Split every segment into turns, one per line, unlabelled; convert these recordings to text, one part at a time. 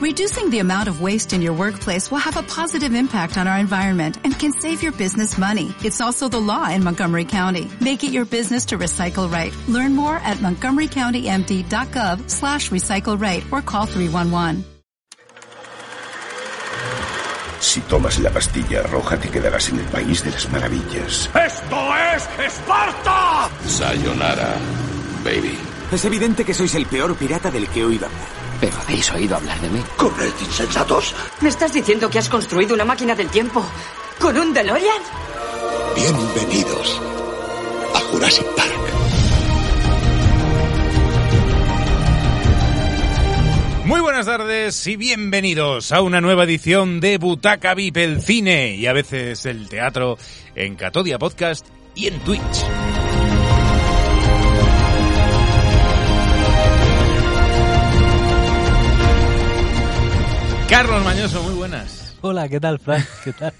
Reducing the amount of waste in your workplace will have a positive impact on our environment and can save your business money. It's also the law in Montgomery County. Make it your business to recycle right. Learn more at montgomerycountymd.gov slash recycle right or call 311.
Si tomas la pastilla roja te quedarás en el país de las maravillas.
¡Esto es Esparta!
Sayonara, baby.
Es evidente que sois el peor pirata del que he oído hablar.
¿Pero habéis oído hablar de mí?
¡Corred, insensatos!
¿Me estás diciendo que has construido una máquina del tiempo con un DeLorean?
Bienvenidos a Jurassic Park.
Muy buenas tardes y bienvenidos a una nueva edición de Butaca VIP, el cine y a veces el teatro en Catodia Podcast y en Twitch. Carlos Mañoso, muy buenas.
Hola, ¿qué tal, Fran? ¿Qué tal?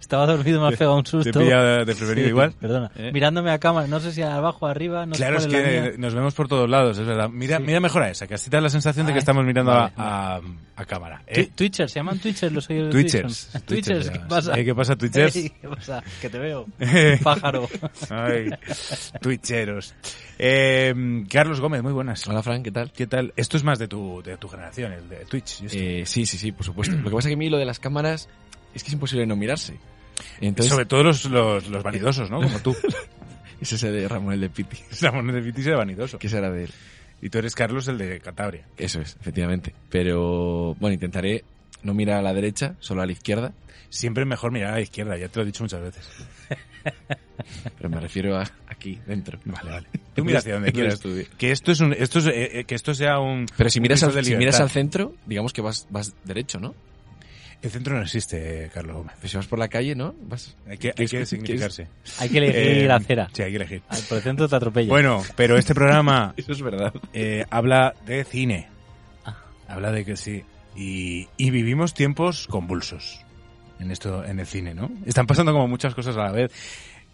Estaba dormido, me has pegado un
Te he
susto.
pillado de prevenido
Sí,
igual.
Perdona.
¿Eh?
Mirándome a cámara, no sé si abajo, arriba, no sé
claro, es
cuál la mía.
eh,
que nos vemos por todos lados, es verdad. Mira, mira mejor a esa, que así te da la sensación de que
Ah,
estamos mirando
vale,
a, a- a cámara.
Twi-
¿eh?
Twitchers, se llaman Twitchers los oídos de
Twitchers.
Twitch.
Twitchers,
Twitchers, ¿qué
ya.
pasa?
Eh, ¿qué pasa, Twitchers?
Ey, ¿Qué pasa? Que te veo.
Eh.
Pájaro.
Ay, twitcheros. Eh, Carlos Gómez, muy buenas.
Hola, Frank, ¿qué tal?
¿Qué tal? Esto es más de tu, de tu generación, el de Twitch. Yo estoy-
Eh, sí, sí, sí, por supuesto. Lo que pasa es que a mí lo de las cámaras es que es imposible no mirarse. Entonces,
Sobre todo los, los, los vanidosos, ¿no? Como tú.
es ese de Ramón el de Piti.
Ramón de Vitis era vanidoso.
¿Qué será de él?
Y tú eres Carlos, el de Cantabria.
Eso es, efectivamente. Pero bueno, intentaré no mirar a la derecha, solo a la izquierda.
Siempre es mejor mirar a la izquierda, ya te lo he dicho muchas veces.
Pero me refiero a aquí, dentro.
Vale, vale. Tú mira hacia donde
En el
quieras.
estudio.
Que esto, es un, esto es, eh, eh, que esto sea un...
Pero si
un
miras,
piso
al,
de
si miras
libertad.
al centro, digamos que vas, vas derecho, ¿no?
El centro no existe, eh, Carlos Gómez.
Pues si vas por la calle, ¿no? Vas...
Hay que, hay
¿Quieres-
que
quieres-
significarse.
Hay que elegir
Eh,
la acera.
Sí, hay que elegir.
Al- Por el centro te atropella.
Bueno, pero este programa
Eso es verdad.
eh, habla de cine.
Ah.
Habla de que sí. Y, y vivimos tiempos convulsos en esto, en el cine, ¿no? Están pasando como muchas cosas a la vez.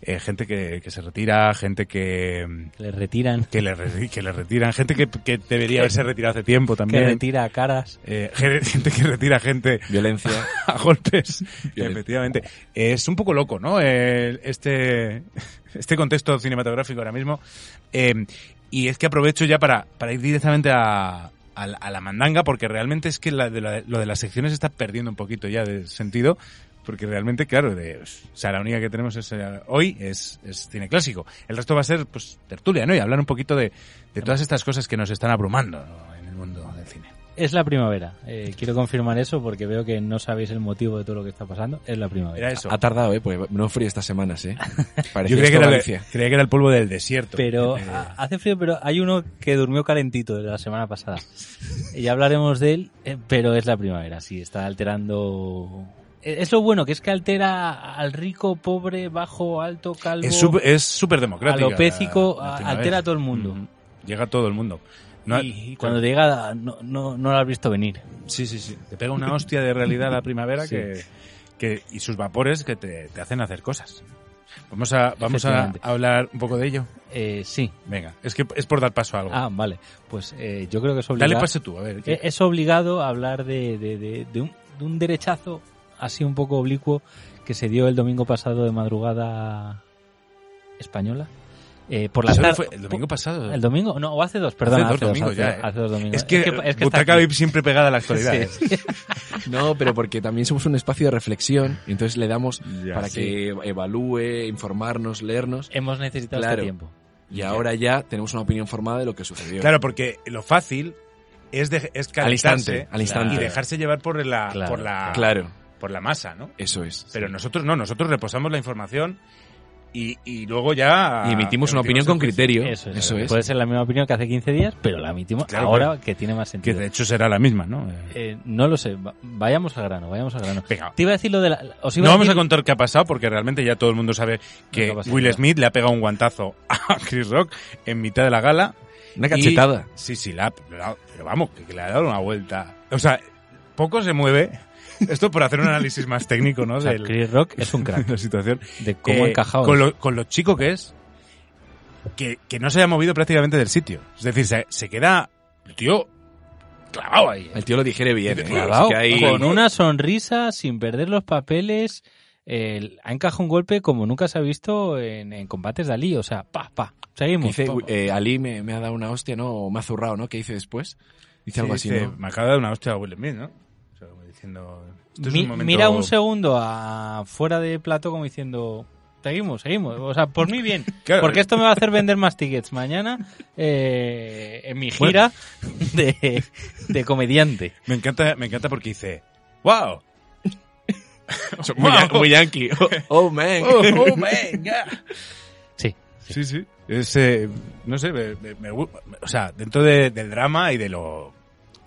Eh, gente que, que se retira, gente que,
Le retiran.
que, le, re- que le retiran, gente que, que debería haberse retirado hace tiempo
Que
también.
retira caras.
Eh, gen- gente que retira gente
Violencia.
a golpes.
Bien.
Efectivamente. Es un poco loco, ¿no? El- este, este contexto cinematográfico ahora mismo. Eh, y es que aprovecho ya para, para ir directamente a, a la- a la mandanga, porque realmente es que la de la- lo de las secciones está perdiendo un poquito ya de sentido. Porque realmente, claro, de, o sea, la única que tenemos es, eh, hoy es, es cine clásico. El resto va a ser, pues, tertulia, ¿no? Y hablar un poquito de, de todas estas cosas que nos están abrumando ¿no? en el mundo del cine.
Es la primavera. Eh, quiero confirmar eso porque veo que no sabéis el motivo de todo lo que está pasando. Es la primavera.
Era eso.
Ha tardado, ¿eh? Pues no frío estas semanas, ¿eh? Parecía
Yo creía que,
esto
era el,
Valencia.
creía que era el polvo del desierto.
Pero ah,
Eh,
ha- hace frío, pero hay uno que durmió calentito de la semana pasada. Y ya hablaremos de él, eh, pero es la primavera, sí, está alterando... Eh, Es lo bueno, que es que altera al rico, pobre, bajo, alto, calvo,
es sup- es súper democrático.
alopécico, a- altera a todo el mundo.
Mm, Llega a todo el mundo. No-
y, y cuando te llega, no, no, no lo has visto venir.
Sí, sí, sí. Te pega una hostia de realidad la primavera
Sí.
que, que- y sus vapores que te, te hacen hacer cosas. Vamos a, vamos a
Efectivamente.
hablar un poco de ello.
Eh, sí.
Venga, es que es por dar paso a algo.
Ah, vale. Pues eh, yo creo que es
Dale
obligado.
paso tú, a ver. que-
Eh, Es obligado a hablar de, de- de- de un, de un derechazo así un poco oblicuo que se dio el domingo pasado de madrugada española. Eh, por la
Eso
tarde.
fue el domingo pasado.
¿El domingo? No, o hace dos, perdón.
dos
Hace, dos,
domingos
hace-
ya, eh.
hace dos domingos.
es que,
es está
Butaca
aquí.
VIP siempre pegada a la actualidad. ¿eh?
Sí, sí.
No, pero porque también somos un espacio de reflexión, y entonces le damos
Ya,
para
sí.
que evalúe, informarnos, leernos,
Hemos necesitado
Claro.
este tiempo.
y ahora ya tenemos una opinión formada de lo que sucedió.
Claro, porque lo fácil es, de, es
al
calentarse
instante, al instante.
y dejarse llevar por la,
Claro,
por la,
Claro,
por la masa, ¿no?
eso es.
Pero nosotros no, nosotros reposamos la información y, y luego ya...
y emitimos una opinión con
el juicio.
criterio.
Eso es.
Eso es.
Puede ser la misma opinión que hace 15 días, pero la emitimos
Claro,
ahora que tiene más
Que
sentido.
de hecho será la misma, ¿no? Eh,
Eh, no lo sé. Va- Vayamos al grano, vayamos al grano.
Venga.
Te iba a decir lo de la. os iba
No
a
vamos a
decir-
contar qué ha pasado porque realmente ya todo el mundo sabe que
No pasa
Will
nada.
Smith le ha pegado un guantazo a Chris Rock en mitad de la gala.
Una
y-
cachetada.
Sí, sí, la, la- pero vamos, que, que le ha dado una vuelta. O sea, poco se mueve. Esto por hacer un análisis más técnico, ¿no?
o sea,
del-
Chris Rock es un crack.
de la situación.
de cómo
Eh,
ha encajado.
Con lo, con lo chico que es, que, que no se haya movido prácticamente del sitio. Es decir, se, se queda, el tío, clavado ahí.
El tío lo digiere bien. ¿eh? Es
Clavao,
que ahí-
Con una sonrisa, sin perder los papeles. el- ha encajado un golpe como nunca se ha visto en, en combates de Ali. O sea, pa, pa.
que
Seguimos.
dice,
pa, pa.
eh, Ali me, me ha dado una hostia, ¿no? O me ha zurrado, ¿no? ¿Qué dice después? Dice algo así,
Sí, dice,
¿no?
Me acaba de dar una hostia a Will Smith, ¿no? O sea, como diciendo... esto es
Mi-
un momento-
Mira un segundo a fuera de plato como diciendo... Seguimos, seguimos. O sea, por mí bien.
Claro.
Porque esto me va a hacer vender más tickets mañana eh, en mi gira de, de comediante.
Me encanta, me encanta porque dice... ¡Wow!
Muy, ya- muy yankee. Oh, oh, man.
Sí.
Sí, sí. Es, eh, no sé, me- me- me gu- o sea, dentro de- del drama y de lo...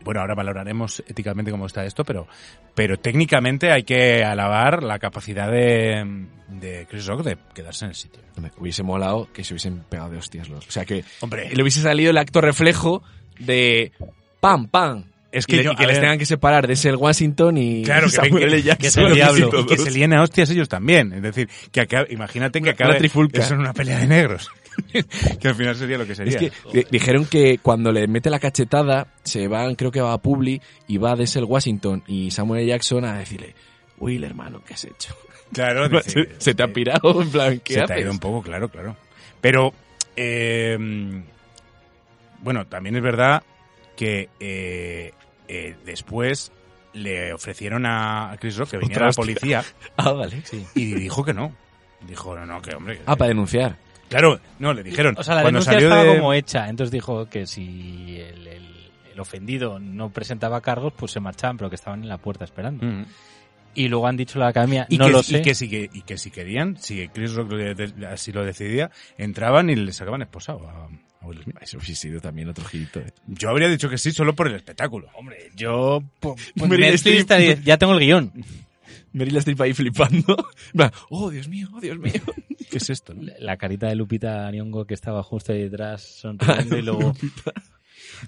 Bueno, ahora valoraremos éticamente cómo está esto, pero, pero técnicamente hay que alabar la capacidad de, de Chris Rock de quedarse en el sitio.
Me hubiese molado que se hubiesen pegado de hostias los. O sea, que
Hombre,
le hubiese salido el acto reflejo de pam, pam.
Es
Es
que
que,
yo-
y que
a
les
ver.
tengan que separar de ser Washington y
Claro, que,
Samuel L.
que,
Jackson.
que se
y
liablo,
todos.
y que se líen a hostias ellos también. Es decir, que acabe- imagínate que
Una-
acabe
una trifulca.
eso en una pelea de negros. que al final sería lo que sería.
Es que di- dijeron que cuando le mete la cachetada, se van, creo que va a Publi y va a ser Washington y Samuel L. Jackson a decirle, Will, hermano, ¿qué has hecho?
claro, dice- eh,
se, se te ha pirado, en plan, ¿qué
se te ha
haces?
ido un poco, claro, claro. Pero, eh, bueno, también es verdad que eh, eh, después le ofrecieron a Chris Rock que
Otra
viniera la
hostia.
policía
Ah, vale. Sí.
y dijo que no. Dijo, no, no, que hombre. que-
Ah, para denunciar.
Claro, no, le dijeron.
O sea, la
cuando
denuncia
salió
estaba
de-
como hecha. Entonces dijo que si el, el- el ofendido no presentaba cargos, pues se marchaban, pero que estaban en la puerta esperando.
Mm.
Y luego han dicho la academia,
Y,
no
que,
lo
y
sé.
que si, que- y que si querían, si Chris Rock le- de- así lo decidía, entraban y le sacaban esposado a, a Will Smith.
Eso Pues hubiese sido también otro girito. eh.
Yo habría dicho que sí solo por el espectáculo. Hombre,
Yo po- pues,
Meryl
Netflix
Streep.
estaría- ya tengo el guión.
Meryl Streep ahí flipando. En plan, oh, Dios mío, oh, Dios mío.
¿qué es esto? no?
La carita de Lupita Nyong'o que estaba justo ahí detrás sonriendo y luego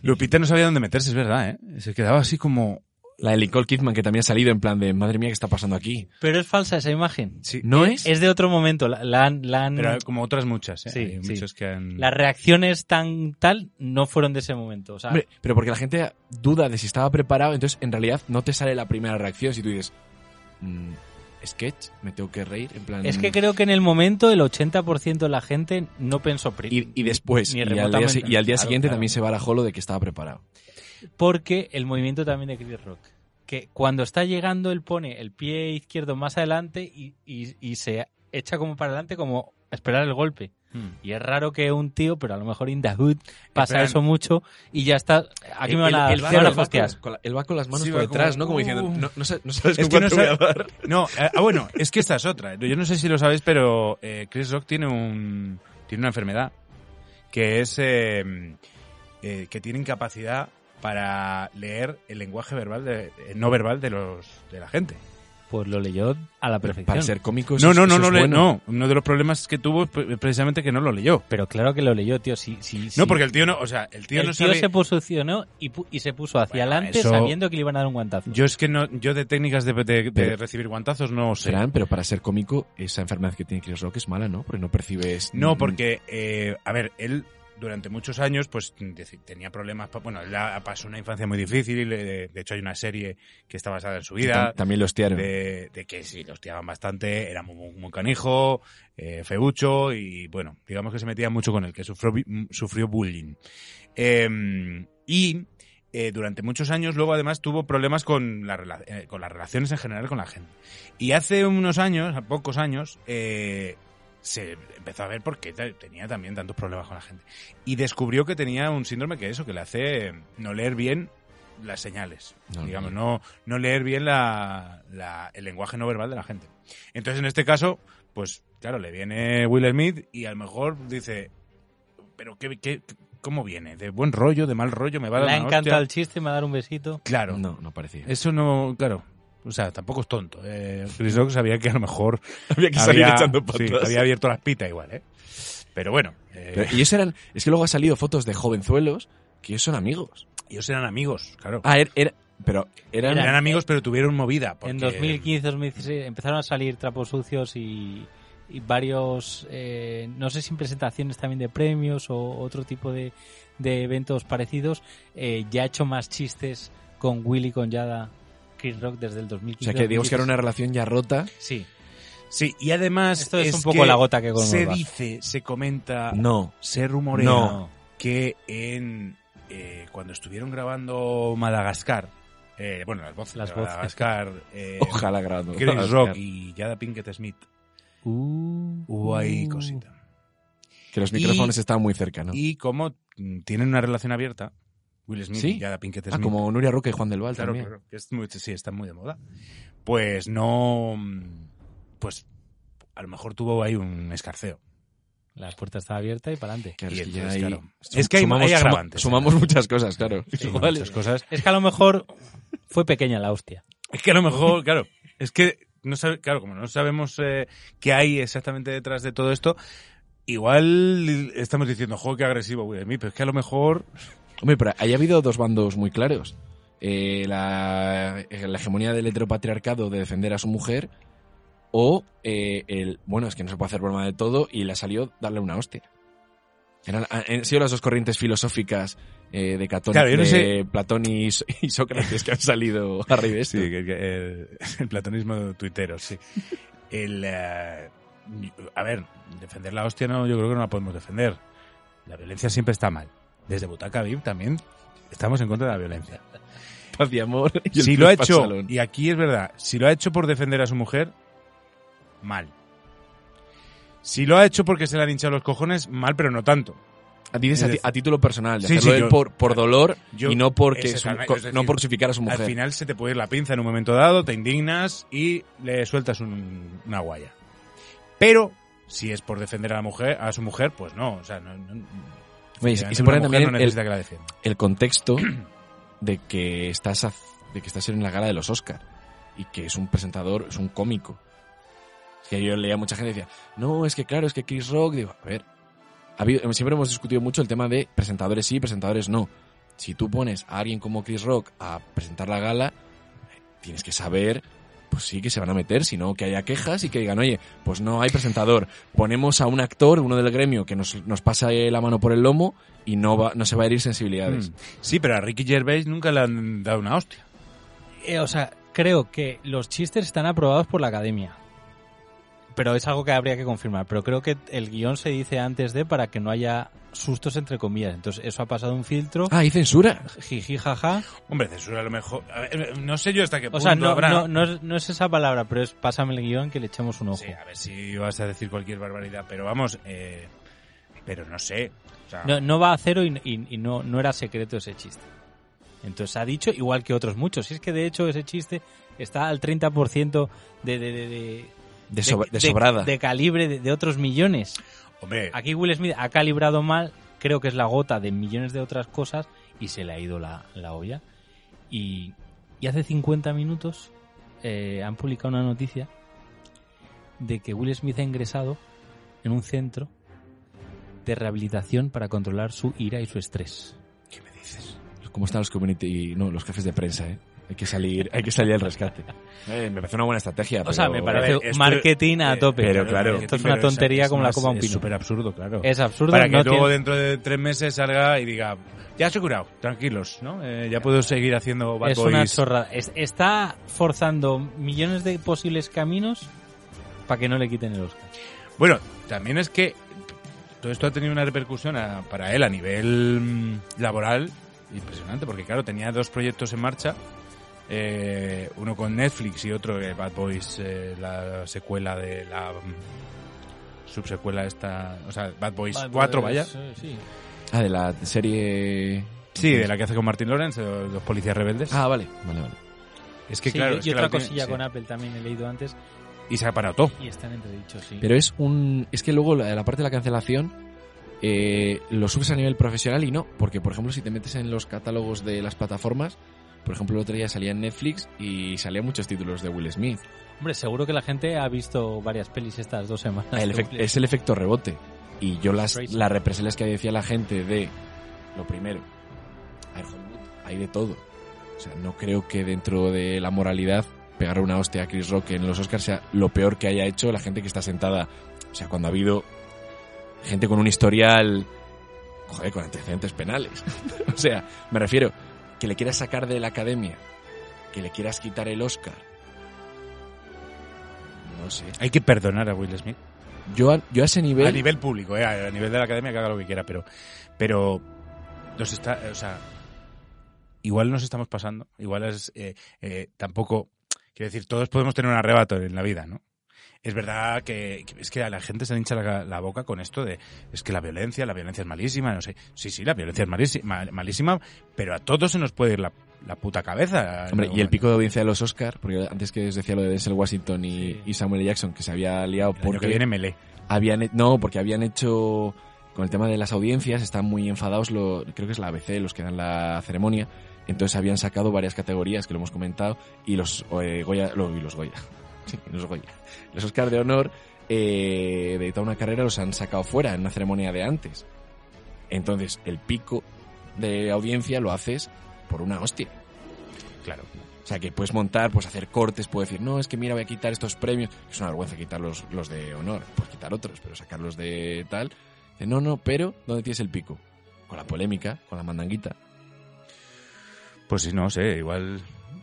Lupita no sabía dónde meterse, es verdad, ¿eh? Se quedaba así como...
La de Nicole Kidman que también ha salido en plan de, madre mía, ¿qué está pasando aquí?
Pero es falsa esa imagen.
Sí,
¿No es?
Es de otro momento. La, la han- la han-
pero como otras muchas, ¿eh?
Sí,
Hay
sí.
muchas que han...
las reacciones tan tal no fueron de ese momento. O sea,
Hombre, pero porque la gente duda de si estaba preparado, entonces en realidad no te sale la primera reacción si tú dices, mm, sketch, me tengo que reír, en plan...
es que creo que en el momento el 80% de la gente no pensó pri-
Y, y después,
Ni
y al día,
remotamente.
si- y al día
Claro,
siguiente
claro.
también se barajó lo de que estaba preparado.
porque el movimiento también de Chris Rock. Que cuando está llegando él pone el pie izquierdo más adelante y, y- y se echa como para adelante como a esperar el golpe.
Mm.
Y es raro que un tío, pero a lo mejor in the hood, pasa
Esperan.
eso mucho y ya está. Aquí me van a,
él,
me
va,
van a
él va con,
hostiar.
las- con la- él va con las manos
Sí,
por
va como,
detrás, ¿no? Como
uh.
diciendo, no, no sa- no sabes
Es
con
que no
cuánto voy a
sabe-
dar.
No, eh, ah, bueno, es que esta es otra. Yo no sé si lo sabéis, pero eh, Chris Rock tiene un tiene una enfermedad que es eh, eh, que tiene incapacidad para leer el lenguaje verbal de, eh, no verbal de los de la gente.
Pues lo leyó a la perfección.
Para ser cómico eso
no,
es-
no,
Pues eso
no, no,
es
le-
bueno.
no. Uno de los problemas que tuvo es pre- precisamente que no lo leyó.
Pero claro que lo leyó, tío. Sí, sí, sí.
No, porque el tío no, o sea, el tío
el
no
tío
sabe.
se posicionó y, pu- y se puso hacia
Bueno,
adelante
eso-
sabiendo que le iban a dar un guantazo.
Yo es que no, yo de técnicas de, de- de
Pero-
recibir guantazos no sé.
Serán, pero para ser cómico, esa enfermedad que tiene Chris Rock es mala, ¿no? Porque no percibes...
No, porque, eh, a ver, él durante muchos años pues deci- tenía problemas. pa- Bueno, él ha- pasó una infancia muy difícil. eh, De hecho, hay una serie que está basada en su vida.
Tam- También lo hostiaron.
De, de que sí, lo hostiaban bastante, era muy, muy- muy canijo, eh, feucho y bueno, digamos que se metía mucho con el que sufrió, bi- mm, sufrió bullying. Eh, y eh, durante muchos años luego además tuvo problemas con, la rela- eh, con las relaciones en general con la gente. Y hace unos años, a pocos años, eh, se empezó a ver por qué te- tenía también tantos problemas con la gente. Y descubrió que tenía un síndrome que eso, que le hace em, no leer bien las señales.
No, no.
digamos, no, no leer bien la- la- el lenguaje no verbal de la gente. Entonces, en este caso, pues claro, le viene Will Smith y a lo mejor dice, pero qué, qué- ¿cómo viene? ¿De buen rollo, de mal rollo? ¿Me va a dar
Le ha
una
encantado el
hostia?
chiste, me va a dar un besito.
Claro.
No, no parecía.
Eso no, claro. O sea, tampoco es tonto. Eh, Chris Rock sabía que a lo mejor
Había
sí, había abierto las pitas igual, ¿eh? Pero bueno, eh,
Pero- y eso eran. Es que luego ha salido fotos de jovenzuelos que ellos son amigos.
ellos eran amigos, claro.
Ah, era. pero eran.
eran, amigos, pero tuvieron movida. Porque,
En 2015, 2016 empezaron a salir trapos sucios y, y varios, eh, no sé si en presentaciones también de premios o otro tipo de, de eventos parecidos, eh, ya ha hecho más chistes con Willy, con Yada, Chris Rock desde el
O
2015.
sea, que digamos que era una relación ya rota.
Sí,
Sí, y además
Esto es un poco la gota que colmó el
se
vaso.
dice, se comenta,
No.
se rumorea
No.
que en eh, cuando estuvieron grabando Madagascar, eh, bueno, las voces
Las
de
voces.
Madagascar, eh,
Ojalá grabando.
Chris Rock y Jada Pinkett Smith,
Uh,
hubo ahí cosita.
Que los
Y-
micrófonos estaban muy cerca, ¿no?
Y como mm, tienen una relación abierta, Will Smith
¿Sí?
y Jada Pinkett
Ah,
Smith,
como Nuria Roca y Juan del Val
claro,
también.
claro, que es muy- sí, está muy de moda, pues no, mm, pues a lo mejor tuvo ahí un escarceo.
la puerta está abierta y para adelante.
Claro,
Y
es que ya
entonces,
ahí-
claro,
sum-
es que hay- hay
suma-
agravantes. ¿eh?
sumamos muchas cosas, claro.
Sí,
Igual-
muchas cosas.
Es que a lo mejor fue pequeña la hostia.
Es que a lo mejor, claro, es que no sabe, claro, como no sabemos eh, qué hay exactamente detrás de todo esto, igual estamos diciendo, joder, qué agresivo Will Smith, pero es que a lo mejor
Hombre, pero ahí ha habido dos bandos muy claros. Eh, la, eh, la hegemonía del heteropatriarcado de defender a su mujer o eh, el, bueno, es que no se puede hacer broma de todo y le salió darle una hostia. Eran, ah, han sido las dos corrientes filosóficas eh, de, Catón,
Claro, yo no
de
sé-
Platón y, So- y Sócrates que han salido a raíz de esto.
Sí, que- que el, el platonismo tuitero, sí. El, eh, a ver, defender la hostia no, yo creo que no la podemos defender. La violencia siempre está mal. Desde Butaca VIP también estamos en contra de la violencia.
Paz y amor. y el
Si lo ha
plus pa'l
hecho,
salón.
y aquí es verdad, si lo ha hecho por defender a su mujer, mal. Si lo ha hecho porque se le han hinchado los cojones, mal, pero no tanto.
Ah, dices
es
a, ti-
decir-
a título personal, de
Sí,
hacerlo
sí,
él
yo-
por, por dolor
yo-
y no porque
ese
su-
calma-
co-
es decir,
no por crucificar a su mujer.
Al final se te puede ir la pinza en un momento dado, te indignas y le sueltas un- una guaya. Pero si es por defender a la mujer, a su mujer, pues no, o sea, no, no-
Oye, y se- y
efectivamente,
se
una
pone
mujer
también
no
el,
necesita que la defienda.
el contexto de que estás haz- de que estás en la gala de los Oscar y que es un presentador, es un cómico. Es que yo leía a mucha gente y decía, no, es que claro, es que Chris Rock, digo, a ver, ha habido- siempre hemos discutido mucho el tema de presentadores sí, presentadores no. Si tú pones a alguien como Chris Rock a presentar la gala, tienes que saber, pues sí, que se van a meter, sino que haya quejas y que digan, oye, pues no hay presentador. Ponemos a un actor, uno del gremio, que nos, nos pasa eh, la mano por el lomo y no, va, no se va a herir sensibilidades.
Mm. Sí, pero a Ricky Gervais nunca le han dado una hostia.
Eh, o sea, creo que los chistes están aprobados por la academia. Pero es algo que habría que confirmar. Pero creo que el guión se dice antes de para que no haya sustos entre comillas. Entonces, eso ha pasado un filtro.
Ah, hay censura.
Jiji, jaja.
Hombre, censura a lo mejor. a ver, no sé yo hasta qué
O
punto
sea, no,
habrá.
no, no es, no es esa palabra, pero es pásame el guión que le echemos un ojo.
Sí, a ver si vas a decir cualquier barbaridad, pero vamos, eh, pero no sé. O sea,
No, no va a cero y, y- y no, no era secreto ese chiste. Entonces ha dicho, igual que otros muchos, si es que de hecho ese chiste está al 30% de, de, de, de-
De, sobra- de
de-
sobrada.
de calibre de- de otros millones.
hombre,
Aquí Will Smith ha calibrado mal, creo que es la gota de millones de otras cosas y se le ha ido la, la olla. Y, y hace 50 minutos eh, han publicado una noticia de que Will Smith ha ingresado en un centro de rehabilitación para controlar su ira y su estrés.
¿qué me dices?
¿Cómo están los community, no, los jefes de prensa, eh? Hay que salir, hay que salir al rescate. Eh, me parece una buena estrategia, pero...
O sea, me parece
A ver, esto-
marketing a
eh,
tope.
pero claro.
esto es una tontería como la copa a un
Es
pino.
súper absurdo, claro.
Es absurdo.
Para que
no
luego
tiene-
dentro de tres meses salga y diga, ya se he curado, tranquilos, ¿no? Eh, ya puedo seguir haciendo Bad
es una
Boys".
chorrada. Es- está forzando millones de posibles caminos para que no le quiten el Oscar.
Bueno, también es que todo esto ha tenido una repercusión a- para él a nivel mm, laboral impresionante, porque claro, tenía dos proyectos en marcha, eh, uno con Netflix y otro de Bad Boys, eh, la secuela de la mm, subsecuela esta, o sea, Bad
Pues
Boys 4,
pues,
vaya.
eh,
Ah, de la serie...
Sí, de la que hace con Martin Lawrence, de los, los policías rebeldes.
Ah, vale, vale, vale.
es que
Sí,
claro,
y,
es
y
que la
otra
tiene-
cosilla
sí.
con Apple también he leído antes
y se ha parado todo.
y están entredichos, sí.
Pero es un... Es que luego la, la parte de la cancelación eh, lo subes a nivel profesional y no. Porque, por ejemplo, si te metes en los catálogos de las plataformas, por ejemplo, el otro día salía en Netflix y salía muchos títulos de Will Smith.
Hombre, seguro que la gente ha visto varias pelis estas dos semanas.
Ah, El
de
efec-
Will
es el efecto rebote. Y yo las,
Este Crazy.
las represalias que decía la gente de lo primero, hay Hollywood, hay de todo. O sea, no creo que dentro de la moralidad pegar una hostia a Chris Rock en los Oscars sea lo peor que haya hecho la gente que está sentada O sea, cuando ha habido gente con un historial, joder, con antecedentes penales. o sea, me refiero, que le quieras sacar de la academia, que le quieras quitar el Oscar. No sé.
Hay que perdonar a Will Smith.
Yo a, yo a ese nivel...
A nivel público, eh, a nivel de la academia que haga lo que quiera, pero. Pero. Nos está. O sea. Igual nos estamos pasando. Igual es. eh, eh, tampoco. Quiero decir, todos podemos tener un arrebato en la vida, ¿no? Es verdad que, que es que a la gente se le hincha la, la boca con esto de es que la violencia, la violencia es malísima, no sé. Sí, sí, la violencia es malísima, malísima pero a todos se nos puede ir la, la puta cabeza. en
Hombre,
algún
y el pico de
momento.
audiencia de los Oscar, porque antes que os decía lo de Denzel Washington y,
Sí.
y Samuel L. Jackson, que se había liado
El año
porque
que viene melee.
habían he- no, porque habían hecho con el tema de las audiencias, están muy enfadados, lo, creo que es la ABC los que dan la ceremonia, entonces habían sacado varias categorías que lo hemos comentado y los eh, Goya, lo- y los Goya, sí, los Goya, los Oscar de honor eh, de toda una carrera los han sacado fuera en una ceremonia de antes. Entonces el pico de audiencia lo haces por una hostia.
Claro.
O sea, que puedes montar, puedes hacer cortes, puedes decir, no, es que mira, voy a quitar estos premios. Es una vergüenza quitar los, los de honor, puedes quitar otros, pero sacarlos de tal. Dice, no, no, pero ¿dónde tienes el pico? Con la polémica, con la mandanguita.
Pues sí, no sé, igual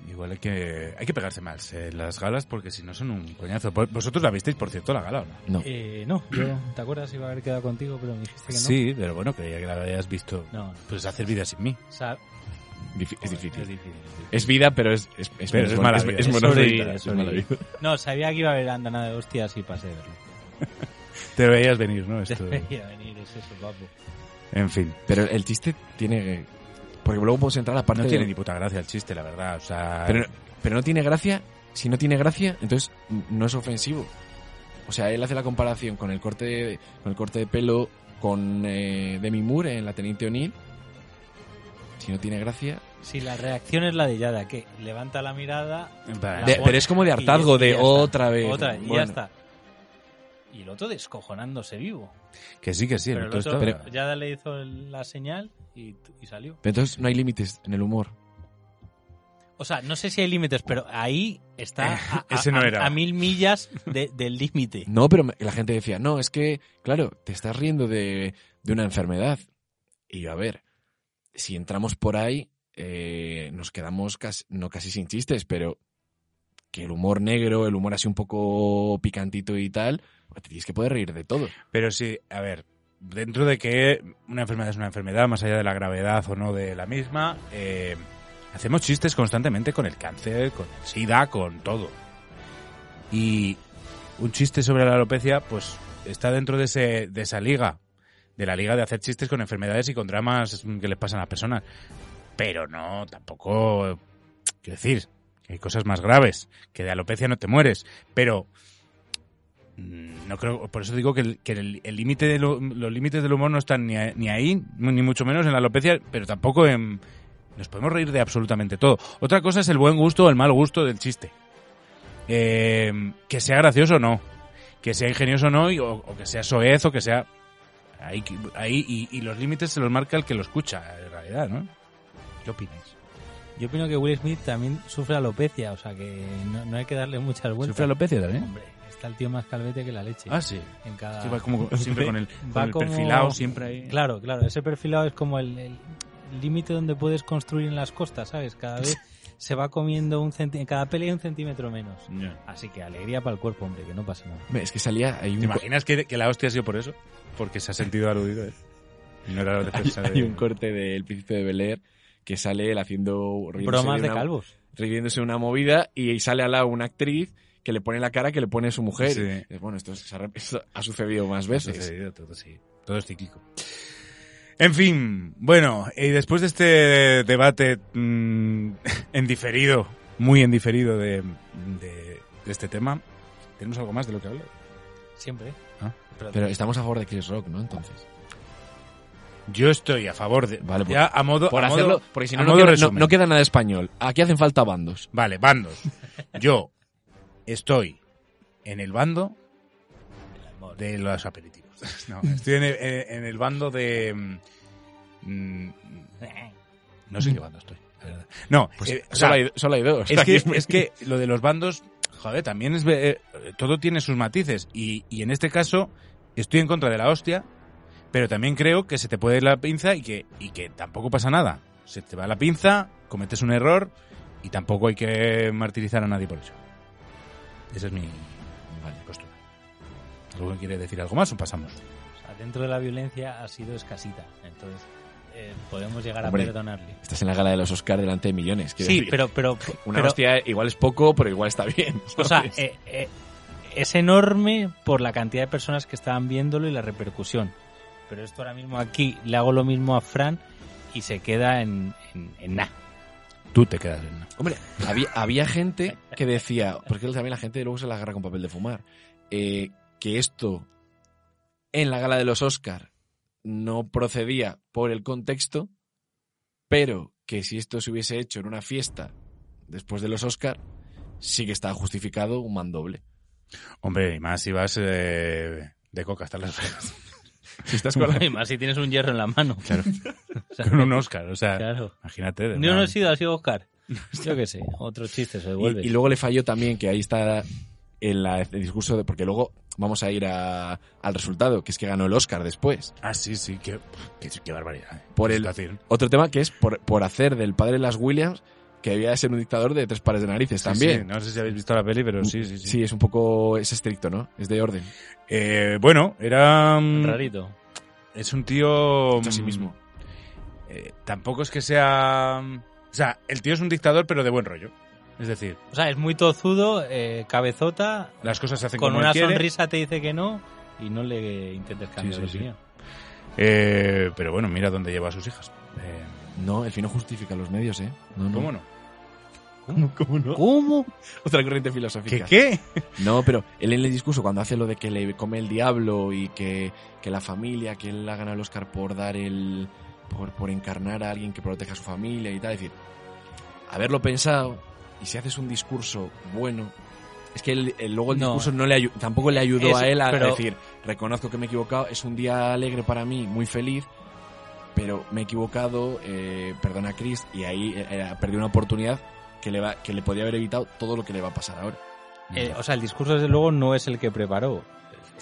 igual hay que hay que pegarse mal en las galas porque si no son un coñazo. Vos- ¿Vosotros la visteis, por cierto, la gala o no?
No.
Eh, no, yo, ¿te acuerdas? Iba a haber quedado contigo, pero me dijiste que no.
Sí, pero bueno, creía que la habías visto.
No, no.
Pues hacer vida sin mí.
O sea,
Difí- es difícil.
es difícil.
Es vida, pero es, es, es,
Pero
es
es
mon-
mala
es-
vida.
es
Es
monotonía,
sobrevivir,
es mala
sobrevivir.
vida.
No, sabía que iba a haber andanada de hostias y pasé de verlo.
Te veías venir, ¿no? Esto.
Debería venir, es eso, guapo.
En fin.
Pero el chiste tiene... Porque luego podemos entrar a la parte
No tiene
de-
ni puta gracia el chiste, la verdad. O sea,
Pero, pero no tiene gracia. Si no tiene gracia, entonces n- no es ofensivo. O sea, él hace la comparación con el corte de, con el corte de pelo con eh, Demi Moore en La Teniente O'Neill. Si no tiene gracia.
Si la reacción es la de Yada, que levanta la mirada,
Vale.
la
De-
pone
pero es como de
y ya-
hartazgo,
y ya
de
está.
otra vez.
Otra vez, y
Bueno,
ya está. Y el otro descojonándose vivo.
que sí, que sí.
pero el
todo
otro,
está-
Yada le hizo el- la señal y, y salió.
pero entonces no hay límites en el humor.
O sea, no sé si hay límites, pero ahí está a, a-
Eh, Ese no
a-
era.
a mil millas de- del límite.
No, pero me- la gente decía, no, es que, claro, te estás riendo de, de una enfermedad. Y yo, a ver, si entramos por ahí, eh, nos quedamos casi, no casi sin chistes, pero que el humor negro, el humor así un poco picantito y tal, pues, te tienes que poder reír de todo.
Pero sí, a ver, dentro de que una enfermedad es una enfermedad, más allá de la gravedad o no de la misma, eh, hacemos chistes constantemente con el cáncer, con el SIDA, con todo. Y un chiste sobre la alopecia, pues está dentro de, ese, de esa liga, de la liga de hacer chistes con enfermedades y con dramas mm, que les pasan a las personas. Pero no, tampoco, eh, quiero decir, que hay cosas más graves, que de alopecia no te mueres, pero Mm, No creo, por eso digo que el que el- el límite de lo- los límites del humor no están ni, a- ni ahí, ni mucho menos en la alopecia, pero tampoco en. Nos podemos reír de absolutamente todo. Otra cosa es el buen gusto o el mal gusto del chiste. Eh, que sea gracioso o no. Que sea ingenioso o no, y- o, o que sea soez o que sea. Ahí, ahí y, y los límites se los marca el que lo escucha, en realidad, ¿no? ¿Qué opináis?
Yo opino que Will Smith también sufre alopecia, o sea que no, no hay que darle muchas vueltas.
alopecia también?
Hombre, está el tío más calvete que la leche.
Ah, sí.
En cada...
Sí, va como siempre con el,
Va
con el
como-
perfilado, siempre ahí.
Claro, claro, ese perfilado es como el el límite donde puedes construir en las costas, ¿sabes? Cada vez se va comiendo un centímetro, cada pelea un centímetro menos.
Ya.
Así que alegría para el cuerpo, hombre, que no pasa nada.
Hombre, Es que salía, hay
¿Te
un, co-
imaginas que, que la hostia ha sido por eso? Porque se ha sentido aludido. ¿eh? No era la
hay,
defensa de-
hay un corte del príncipe de Bel Air que sale él haciendo riéndose
Bromas de
una-
calvos.
riéndose de una movida y, ahí sale al lado una actriz que le pone la cara que le pone su mujer.
Sí.
Y dices, Bueno, esto, se ha rep- esto ha sucedido más
Ha
veces.
sucedido Todo, sí. Todo es cíclico. En fin, bueno, y después de este debate mm, en diferido, muy en diferido de, de- de este tema, ¿tenemos algo más de lo que hablar?
Siempre. ¿eh?
Ah,
Pero estamos a favor de Chris Rock, ¿no? Entonces.
Yo estoy a favor de...
Vale, por-
ya a modo...
Por
a modo-
hacerlo, porque si
a
no, no
modo
queda, no-
resumen.
no queda nada español. Aquí hacen falta bandos.
Vale, bandos. Yo estoy en el bando de los aperitivos. No, estoy en el, en el bando de... mm, mm, No sé en qué bando estoy, la verdad. No,
Pues
eh, o
solo,
sea,
hay, solo hay dos.
es,
Aquí
que,
muy-
es que lo de los bandos, joder, también es. ve- eh, todo tiene sus matices. Y, y en este caso, estoy en contra de la hostia, pero también creo que se te puede ir la pinza y que, y que tampoco pasa nada. Se te va la pinza, cometes un error y tampoco hay que martirizar a nadie por ello. Esa es mi postura. ¿Alguien quiere decir algo más o pasamos?
O sea, dentro de la violencia ha sido escasita. Entonces, eh, podemos llegar
Hombre.
a perdonarle.
Estás en la gala de los Oscar delante de millones. quiero
Sí,
decir.
pero, pero,
Una
pero-
hostia igual es poco, pero igual está bien.
O sea,
¿sabes?
eh, eh, es enorme por la cantidad de personas que estaban viéndolo y la repercusión. Pero esto ahora mismo aquí le hago lo mismo a Fran y se queda en, en, en nada.
Tú te quedas en.
Hombre, había, había gente que decía, porque también la gente luego se la agarra con papel de fumar, eh, que esto en la gala de los Oscar no procedía por el contexto, pero que si esto se hubiese hecho en una fiesta después de los Oscar, sí que estaba justificado un mandoble.
Hombre, y más si vas eh, de coca hasta las orejas.
Si estás con la-
Y más si tienes un hierro en la mano. Claro.
Con un Oscar, o sea,
claro.
imagínate. de
Yo no
una-
he sido, ha sido Oscar. Yo qué sé, otro chiste se
Y,
devuelve.
y luego le falló también, que ahí está el, el discurso de. Porque luego vamos a ir a- al resultado, que es que ganó el Oscar después.
Ah, sí, sí, qué, qué, qué barbaridad. eh.
Por
Es
el-
decir,
Otro tema que es por, por hacer del padre de las Williams, que debía de ser un dictador de tres pares de narices
sí, sí,
también.
no sé si habéis visto la peli, pero sí, sí, sí.
es un poco. Es estricto, ¿no? Es de orden.
Eh, bueno, era. mm,
Rarito.
Es un tío.
Hecho a sí
mm,
mismo.
eh, tampoco es que sea. mm, O sea, el tío es un dictador, pero de buen rollo. Es decir,
O sea, es muy tozudo, eh, cabezota,
las cosas se hacen
con
como él
una
quiere.
sonrisa te dice que no y no le intentes cambiar
sí,
de
sí.
opinión.
Eh, pero bueno, mira dónde lleva a sus hijas. Eh,
No, el fin no justifica los medios, ¿eh? No, no.
¿Cómo no?
¿Cómo, cómo no?
¿Cómo?
Otra corriente
¿Qué
filosófica.
qué?
No, pero él en el discurso, cuando hace lo de que le come el diablo y que, que la familia, que él ha ganado el Oscar por dar el. Por, por encarnar a alguien que proteja a su familia y tal, es decir, haberlo pensado y si haces un discurso bueno. Es que el- el- luego el
No.
discurso no le ayu- tampoco le ayudó
Eso,
a él a
pero-
decir, reconozco que me he equivocado, es un día alegre para mí, muy feliz, pero me he equivocado, eh, perdona a Chris, y ahí eh, eh, perdió una oportunidad que le, va, que le podía haber evitado todo lo que le va a pasar ahora.
Eh, o sea, el discurso desde luego no es el que preparó.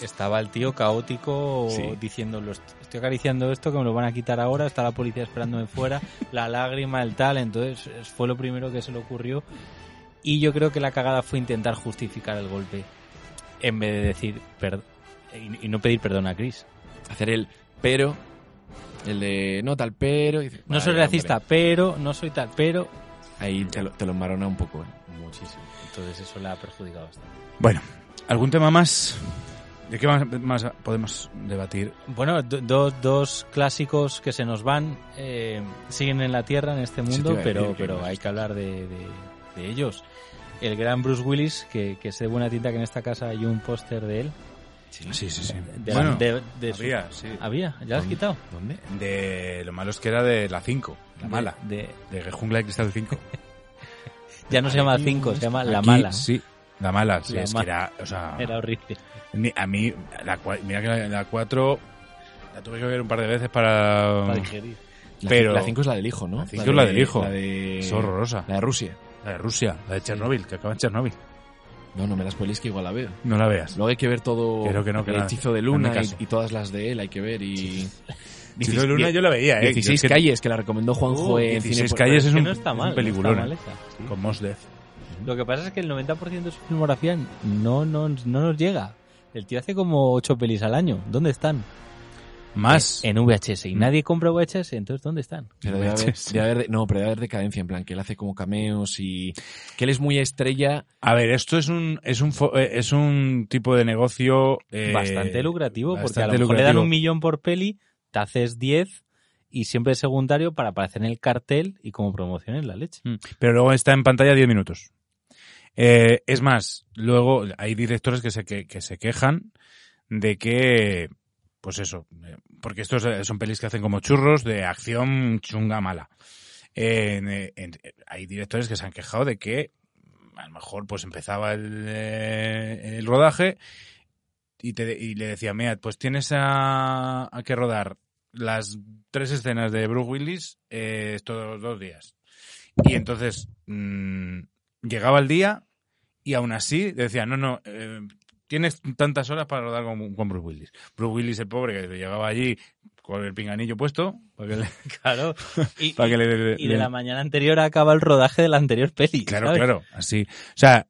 Estaba el tío caótico
Sí.
diciendo, "Lo est- estoy acariciando esto, que me lo van a quitar ahora, está la policía esperándome fuera, la lágrima, el tal, entonces es- fue lo primero que se le ocurrió. Y yo creo que la cagada fue intentar justificar el golpe en vez de decir perdón y, y no pedir perdón a Chris.
hacer el pero, el de no tal pero. y dices,
No
"Vale,
soy
hombre".
racista, pero, no soy tal, pero...
Ahí te lo, te lo marona un poco. ¿eh?
Muchísimo. Entonces eso la ha perjudicado bastante.
Bueno, ¿algún tema más? ¿De qué más, más podemos debatir?
Bueno, do- do- dos clásicos que se nos van, eh, siguen en la tierra en
te
este mundo,
iba a decir
pero,
que
pero
no
hay que hablar de, de- de ellos. El gran Bruce Willis, que, que sé de buena tinta que en esta casa hay un póster de él.
Sí, sí, sí.
De, la-
bueno,
de- de su-
había, sí.
Había, ya lo has quitado.
¿Dónde?
De lo malo es que era de la 5, la mala.
De- de-
De Jungla de Cristal 5.
ya no se llama 5, se llama La Mala.
Sí, la mala. Sí,
La
es
ma-
que era, o sea,
Era horrible.
ni- a mí, la, cua- mira que la- la 4 la tuve que ver un par de veces para...
Para digerir.
Pero-
La 5 es la del hijo, ¿no?
La cinco es la
de-
del hijo.
La de,
Es horrorosa.
La de Rusia.
La de Rusia, la de Chernobyl, que acaba en Chernobyl.
No, no me las spoiléis que igual la veo.
No la veas.
Luego hay que ver todo
Creo que no, que
el
nada.
hechizo de
No
Luna
me caso.
y, y todas las de él, hay que ver. Y...
Si soy Luna yo la veía, ¿eh?
16
Yo es que-
calles, que la recomendó Juanjo
Uh,
en
16
Cine-
calles es
Que
un,
no está
es un
mal. no está
peliculón,
mal
¿eh?
esa.
Con Mos Def.
Lo que pasa es que el 90% de su filmografía no, no, no nos llega. El tío hace como 8 pelis al año. ¿Dónde están?
Más.
En VHS.
Mm.
Y nadie compra VHS, entonces ¿dónde están?
Pero debe haber,
Sí.
debe haber de- no, pero debe haber decadencia, en plan, que él hace como cameos y... Que él es muy estrella,
A ver, esto es un es un fo- eh, es un tipo de negocio eh,
bastante lucrativo, porque a lo
bastante
mejor le dan
lucrativo.
un millón por peli, te haces 10 y siempre es secundario para aparecer en el cartel y como promoción en la leche.
Mm. Pero luego está en pantalla 10 minutos. Eh, es más, luego hay directores que se que, que se quejan de que pues eso, eh, porque estos eh, son pelis que hacen como churros de acción chunga mala. Eh, en- eh, en- eh, hay directores que se han quejado de que a lo mejor pues empezaba el, eh, el rodaje y, te, y le decía, mira, pues tienes a, a que rodar las tres escenas de Bruce Willis eh, estos dos días. Y entonces mm, llegaba el día Y aún así decía, no, no, eh, tienes tantas horas para rodar con, con Bruce Willis. Bruce Willis, el pobre, que llegaba allí con el pinganillo puesto, para que le,
Claro. Y,
para que le-
y
le-
de la mañana anterior acaba el rodaje de la anterior peli.
Claro,
¿sabes?
claro, así. O sea,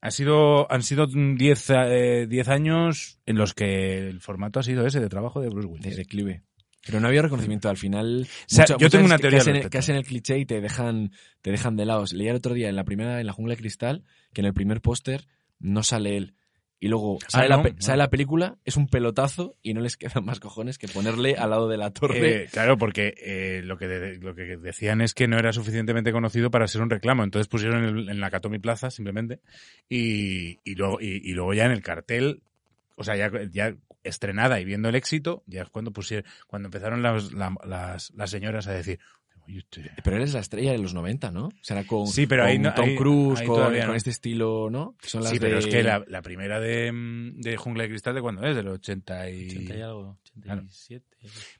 ha sido, han sido 10 eh, 10 años en los que el formato ha sido ese de trabajo de Bruce
de
Willis.
declive. Pero no había reconocimiento al final.
sea, yo
veces
tengo una
que-
teoría
que hacen,
al
el-
respecto.
que hacen el cliché y te dejan, te dejan de lado. Leía el otro día en la primera, en la jungla de cristal, que en el primer póster no sale él. Y luego sale,
no, Ah.
la, pe-
no.
sale la película, es un pelotazo y no les quedan más cojones que ponerle al lado de la torre.
Eh, claro, porque eh, lo, que de- lo que decían es que no era suficientemente conocido para ser un reclamo. Entonces pusieron el- en la Katomi Plaza simplemente y, y luego, y, y luego ya en el cartel, o sea, ya, ya estrenada y viendo el éxito, ya es cuando pusieron, cuando empezaron las, la- las, las señoras a decir, "Oye, usted,
pero él es la estrella de los 90, ¿no? Será con,
Sí, pero ahí
con
no-
Tom
ahí-
Cruise,
ahí
con,
todavía
con
no.
este estilo, ¿no? Que son las
sí, pero
de-
es que la, la primera de, mm, de Jungla de Cristal, ¿de cuándo es? Del 80 y...
80 y algo, 87.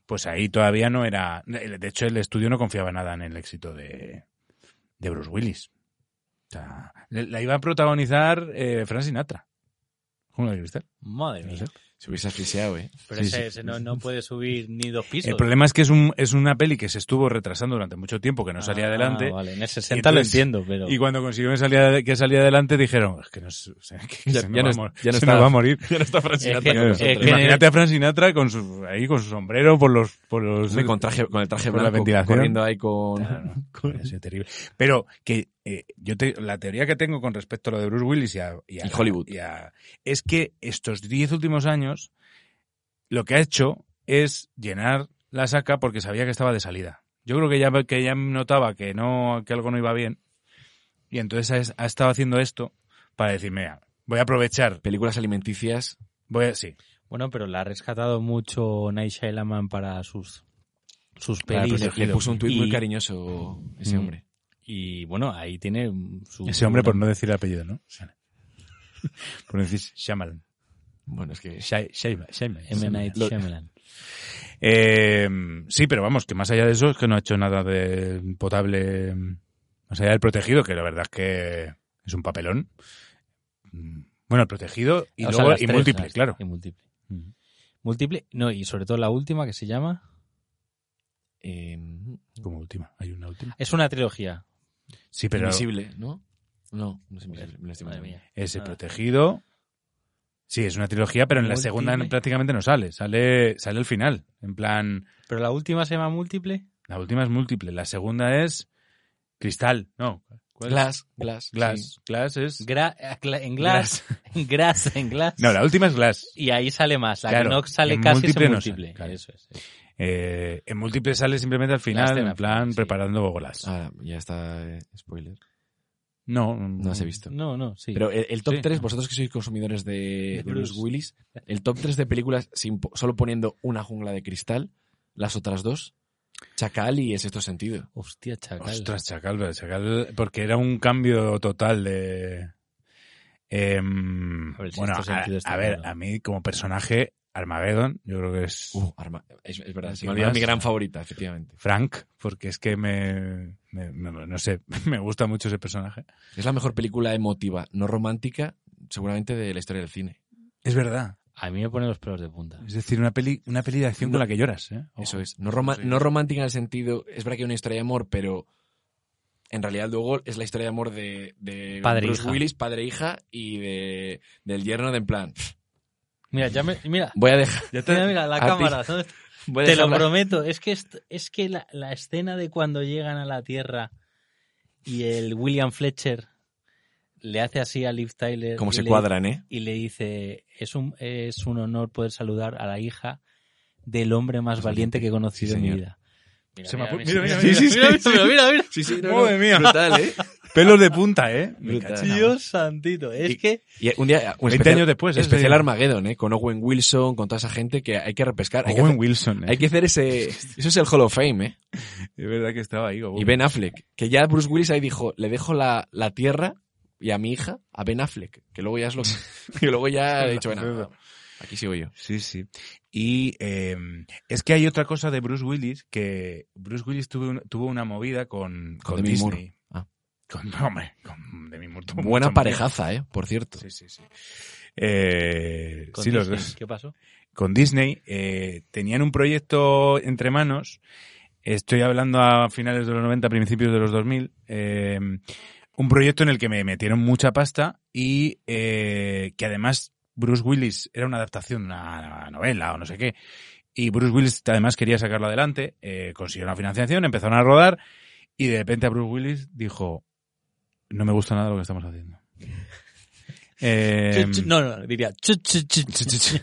Pues ahí todavía no era... De hecho, el estudio no confiaba nada en el éxito de, de Bruce Willis. O sea, le- la iba a protagonizar eh, Frank Sinatra. Jungla de Cristal.
Madre
no
mía.
sé.
Se hubiese asfixiado, ¿eh?
Pero
Sí,
ese,
sí.
ese no, no puede subir ni dos pisos.
El problema es que es, un, es una peli que se estuvo retrasando durante mucho tiempo, que no salía
Ah,
adelante.
vale, en el
Y
60
entonces-
lo entiendo, pero.
Y cuando consiguió que salía, que salía adelante, dijeron, es que, nos, o sea, que
Ya-
se,
ya no
nos va, a
es-
mor-
ya no
se
está-
nos va a morir.
Sinatra con
Eh,
nosotros.
eh, Imagínate a Frank Sinatra con su, ahí con su sombrero por los... Por los
Hombre, con, traje, con el traje
Con la
blanco,
ventilación.
corriendo ahí con...
Ha sido terrible. Pero que eh, yo te- la teoría que tengo con respecto a lo de Bruce Willis y a, a-
Y Hollywood.
y a- es que estos 10 últimos años lo que ha hecho es llenar la saca porque sabía que estaba de salida. Yo creo que ya, que ya notaba que, no, que algo no iba bien y entonces ha, ha estado haciendo esto para decirme, "Mira, voy a aprovechar,
Películas alimenticias
voy a, sí,
Bueno, pero la ha rescatado mucho Night Shyamalan para sus, sus
Para
pelis.
proteger.
Le
Protegido.
puso un tuit
Y-
muy cariñoso ese
Mm.
hombre.
Y bueno, ahí tiene su.
ese hombre por no decir el apellido, ¿no? Por decir Shyamalan.
Bueno, es que...
Shy- Shyamalan.
M. Night
Lo-
Shyamalan.
Eh, sí, pero vamos, que más allá de eso es que no ha hecho nada de potable, más allá del protegido, que la verdad es que es un papelón. Mm, Bueno, el protegido y,
O sea,
luego,
las
y
tres,
múltiple,
las-
claro.
Y múltiple.
Mm.
Múltiple, no, y sobre todo la última que se llama.
Eh,
Como última, hay una última.
Es una trilogía.
Sí, pero
Invisible, ¿no? No, no es invisible. me lo estoy
Madre
inventando.
mía.
es el
Ah.
protegido. Sí, es una trilogía, pero en la segunda
Múltiple.
prácticamente no sale. Sale sale al final. En plan,
Pero la última se llama múltiple.
la última es múltiple, la segunda es cristal. No, ¿cuál es?
Glass, eh, Glass.
Glass.
sí.
Glass es.
Gra- en glass. En glass, en glass.
No, la última es Glass.
Y ahí sale más. La
Claro,
que no sale
en
casi
múltiple
es en
no
múltiple.
sale, claro.
Eso es.
Eh, en múltiples sale simplemente al final,
escena
en plan
final, sí.
preparando bolas.
Ah, ya está, eh, spoiler.
no,
No se ha visto.
No, no, sí.
Pero el, el top
Sí.
3, vosotros que sois consumidores de,
De
de Bruce
Bruce.
Willis, el top 3 de películas sin po- solo poniendo una jungla de cristal, las otras dos, Chacal y es esto sentido.
Hostia, chacal.
mm, Ostras, Chacal, pero Chacal, porque era un cambio total de. em,
A ver, si
bueno,
este
a,
sentido está
a ver,
claro.
a mí como personaje, Armageddon, yo creo que es
Uh, arma- es, es verdad, se
¿Qué
me olvidó
más?
mi gran favorita, efectivamente.
Frank, porque es que me, me- me- No sé, me gusta mucho ese personaje.
Es la mejor película emotiva, no romántica, seguramente de la historia del cine.
Es verdad.
A mí me ponen los pelos de punta.
Es decir, una peli, una peli de acción
No.
con la que lloras. ¿eh? Ojo.
Eso es. No, roma- no romántica en el sentido. Es verdad que hay una historia de amor, pero en realidad luego es la historia de amor de, de
Padre e
Bruce
hija.
Willis, padre e hija, y de, del yerno de en plan.
Mira, ya me, mira,
Voy a dejar.
mira, mira, la
a ti-
cámara. ¿dónde está?
voy a
Te lo
dejarla-
prometo. Es que, est- es que la, la escena de cuando llegan a la Tierra y el William Fletcher le hace así a Liv Tyler.
Como
y
se
le-
cuadran, ¿eh?
Y le dice, es un, es un honor poder saludar a la hija del hombre más valiente que he conocido
Sí,
en mi
señor.
vida. Mira,
Se me
mira,
apu-
mira,
mira,
mira,
mira,
mira,
sí,
mira,
sí,
mira, mira, mira.
Sí, sí,
Madre mía.
Brutal, ¿eh?
Pelos de punta, ¿eh? Me
Brutal.
cacho en la mar.
Dios santito. Es
Y-
que
Y un día. un
20
especial-
años después, ¿eh?
Especial
Sí.
Armageddon, ¿eh? Con Owen Wilson, con toda esa gente que hay que repescar. Hay, que
Owen
hacer,
Wilson. ¿eh?
hay que hacer ese. Eso es el Hall of Fame, ¿eh?
Es verdad que estaba ahí. Owen.
Y Ben Affleck, que ya Bruce Willis ahí dijo, le dejo la, la tierra y a mi hija a Ben Affleck, que luego ya es lo que luego ya he dicho, bueno, aquí sigo yo.
Sí, sí. Y eh, es que hay otra cosa de Bruce Willis que Bruce Willis tuvo, un- tuvo una movida con, con
Demi
Disney.
Moore. Ah.
Con, hombre, con Demi Moore. tuvo
Buena
mucho
parejaza, ¿eh? Por cierto.
miedo. Sí, sí, sí. Eh,
con
sí, los
Disney.
dos.
¿Qué pasó?
Con Disney eh, tenían un proyecto entre manos. Estoy hablando a finales de los 90, principios de los 2000. eh, un proyecto en el que me metieron mucha pasta y eh, que además Bruce Willis era una adaptación de una novela o no sé qué. Y Bruce Willis además quería sacarlo adelante, eh, consiguió una financiación, empezaron a rodar y de repente a Bruce Willis dijo, no me gusta nada lo que estamos haciendo. Eh,
Chu, chu, no, no, diría. chu, chu, chu, chu, chu.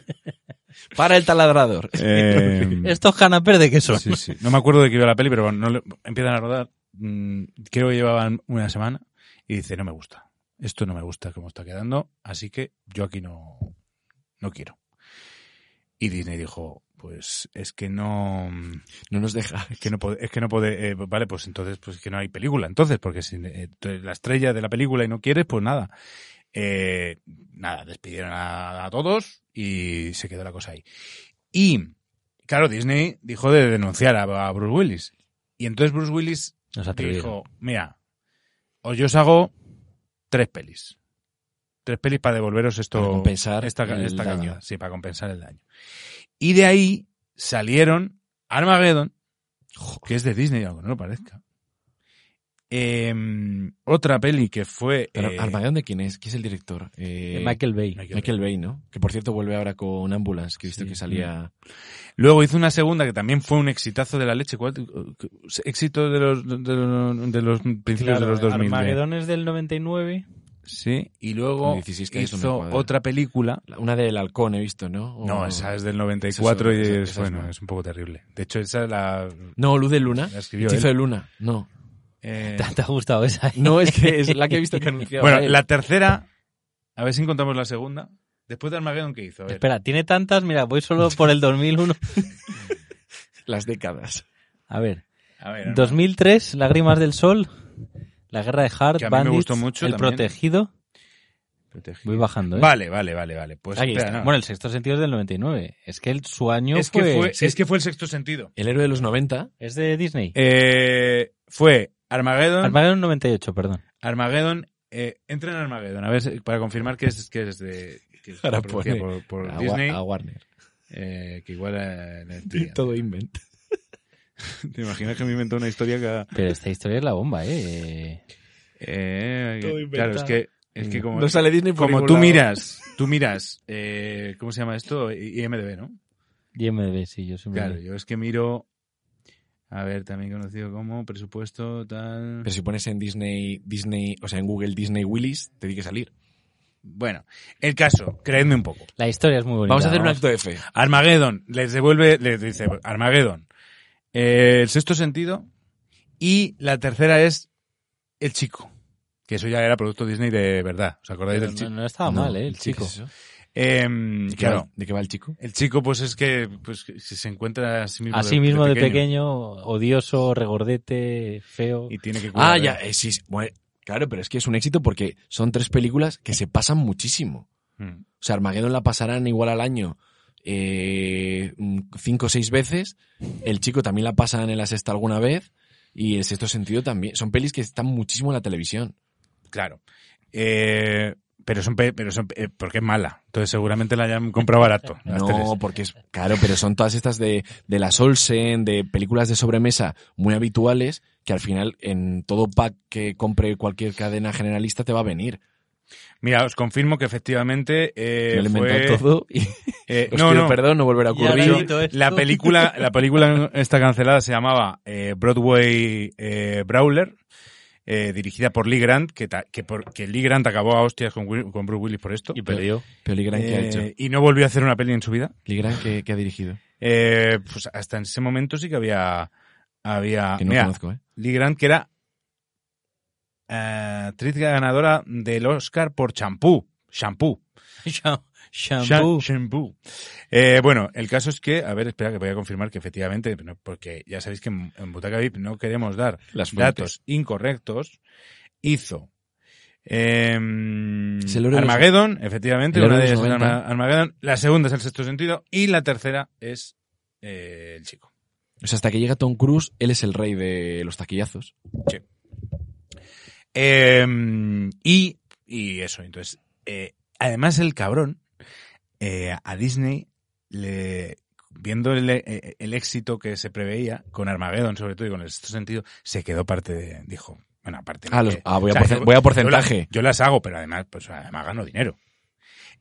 Para el taladrador.
eh,
Estos canapés de queso.
Sí, sí. No me acuerdo de qué iba la peli, pero no le- empiezan a rodar. mm, Creo que llevaban una semana. Y dice, no me gusta. Esto no me gusta como está quedando. Así que yo aquí no, no quiero. Y Disney dijo, pues es que no... mm,
No nos deja.
Es que no puede... Es que no puede eh, vale, pues entonces pues es que no hay película. Entonces, porque si eh, tú eres la estrella de la película y no quieres, pues nada. Eh, nada, despidieron a, a todos y se quedó la cosa ahí. Y, claro, Disney dijo de denunciar a, a Bruce Willis. Y entonces Bruce Willis
Nos atrevieron.
dijo, mira, os yo os hago tres pelis. Tres pelis para devolveros esto.
Para compensar
esta,
el
esta
daño.
cagada. Sí, para compensar el daño. Y de ahí salieron Armageddon, que es de Disney, aunque no lo parezca. Em, otra peli que fue.
Pero,
eh,
¿Armagedón de quién es? ¿Quién es el director? Eh,
De Michael Bay.
Michael-
Michael Bay, ¿no? Que por cierto vuelve ahora con Ambulance, que he visto
Sí.
que
Mm.
salía.
Luego hizo una segunda que también fue un exitazo de la leche. ¿Cuál- Éxito de los, de los, de los principios
Claro,
de los 2000. de-
Armagedón es del 99.
Sí. Y
Con
luego
16 calles no me
hizo
cuadra.
otra película
La- Una del halcón he visto, ¿no? O-
No, esa es del 94
Esa es
y
otra,
es,
esa es
bueno,
otra.
es un poco terrible. De hecho, esa es la...
No, Luz de Luna.
La escribió
Hechizo
él.
de Luna. No.
eh,
¿Te, te ha gustado esa?
No, es que es la que he visto que anunciaba.
bueno,
él.
la tercera, a ver si encontramos la segunda. Después de Armageddon, ¿qué hizo? A ver.
Espera, tiene tantas. Mira, voy solo por el 2001.
Las décadas.
A ver.
A ver,
2003, Lágrimas del Sol. La guerra de Hart,
Que a mí me
Bandits,
gustó mucho
El
también.
Protegido.
Armageddon.
Voy bajando, ¿eh?
Vale, vale, vale, vale. Pues
Ahí
espera,
está.
no.
Bueno, el sexto sentido es del 99. Es que el, su año
es,
fue,
que fue,
sí,
es que fue el sexto sentido.
El héroe de los 90.
es de Disney.
Eh, fue Armageddon,
Armagedón 98, perdón.
Armageddon, eh, entra en Armageddon, a ver, si- para confirmar que es, que es de... Que es
Ahora
producida
pone
por, por
a, Wa-
Disney,
a Warner.
eh, que igual... eh, le pillan.
Todo invent.
¿Te imaginas que me inventó una historia que...
Pero esta historia es la bomba, ¿eh?
Eh,
Todo
claro, es
inventado.
que, es que como,
Mm. No sale Disney por
como
ningún
tú
lado.
miras, tú miras, eh, ¿cómo se llama esto? I- IMDB, ¿no?
IMDB, sí, yo siempre...
Claro, yo es que miro, a ver, también conocido como presupuesto, tal.
Pero si pones en Disney, Disney, o sea, en Google Disney Willis, te tiene que salir.
Bueno, el caso, creedme un poco.
La historia es muy
Pues
bonita.
Vamos a hacer un acto de fe.
Armageddon, les devuelve, les dice, Armageddon, eh, el sexto sentido, y la tercera es El Chico, que eso ya era producto Disney de verdad, ¿os acordáis del
No,
chico?
no estaba
No,
mal, ¿eh? El
¿qué
chico.
es eso?
Em,
¿De qué,
claro.
va, ¿De qué va el chico?
El chico, pues es que pues, que se encuentra a sí mismo,
Así mismo de pequeño. odioso, regordete, feo.
Y tiene que cuidar.
Ah, ya, eh, sí, sí. Bueno, claro, pero es que es un éxito porque son tres películas que se pasan muchísimo.
Mm.
O sea, Armageddon la pasarán igual al año eh, mm, cinco o seis veces. El chico también la pasan en la sexta alguna vez. Y el sexto sentido también. Son pelis que están muchísimo en la televisión.
Claro. Eh, pero son, pe- pero son eh, porque es mala. Entonces seguramente la hayan comprado barato. las teles.
No, porque es claro, pero son todas estas de, de las Olsen, de películas de sobremesa muy habituales que al final en todo pack que compre cualquier cadena generalista te va a venir.
Mira, os confirmo que efectivamente eh,
Yo lo he
fue
inventado todo y
eh,
os
no,
pido
no.
perdón, no volverá a
Y ahora
ocurrir.
edito esto.
La película, la película está cancelada se llamaba eh, Broadway eh, Brawler, eh, dirigida por Lee Grant, que, ta- que, por- que Lee Grant acabó a hostias con, Will- con Bruce Willis por esto.
Y perdió.
Pero Lee Grant, ¿qué ha
Eh,
hecho?
y no volvió a hacer una peli en su vida.
Lee Grant, ¿qué, qué ha dirigido?
Eh, pues hasta en ese momento sí que había. Había.
Que no
ah, mira,
conozco, ¿eh?
Lee Grant, que era eh, actriz ganadora del Oscar por Champú. Champú.
Sha- Shampoo.
Cha- Champú. Eh, bueno, el caso es que, a ver, espera que voy a confirmar que efectivamente, no, porque ya sabéis que en, en Butaca VIP no queremos dar
Las fuentes.
datos incorrectos, hizo eh,
Es el oro de los-
Armageddon, efectivamente,
el oro
una de
de
ellas
los
es Arma-
90.
Armageddon, la segunda es el sexto sentido y la tercera es eh, el chico.
O sea, hasta que llega Tom Cruise, él es el rey de los taquillazos.
Em, y, y eso, entonces. eh, además, el cabrón eh, a Disney le viendo el, eh, el éxito que se preveía con Armageddon sobre todo y con el sexto sentido se quedó parte de dijo bueno aparte
Ah, los-
eh,
ah, voy a
o
porcen-
sea, yo-
voy a
yo
porcentaje.
la- yo las hago pero además pues además gano dinero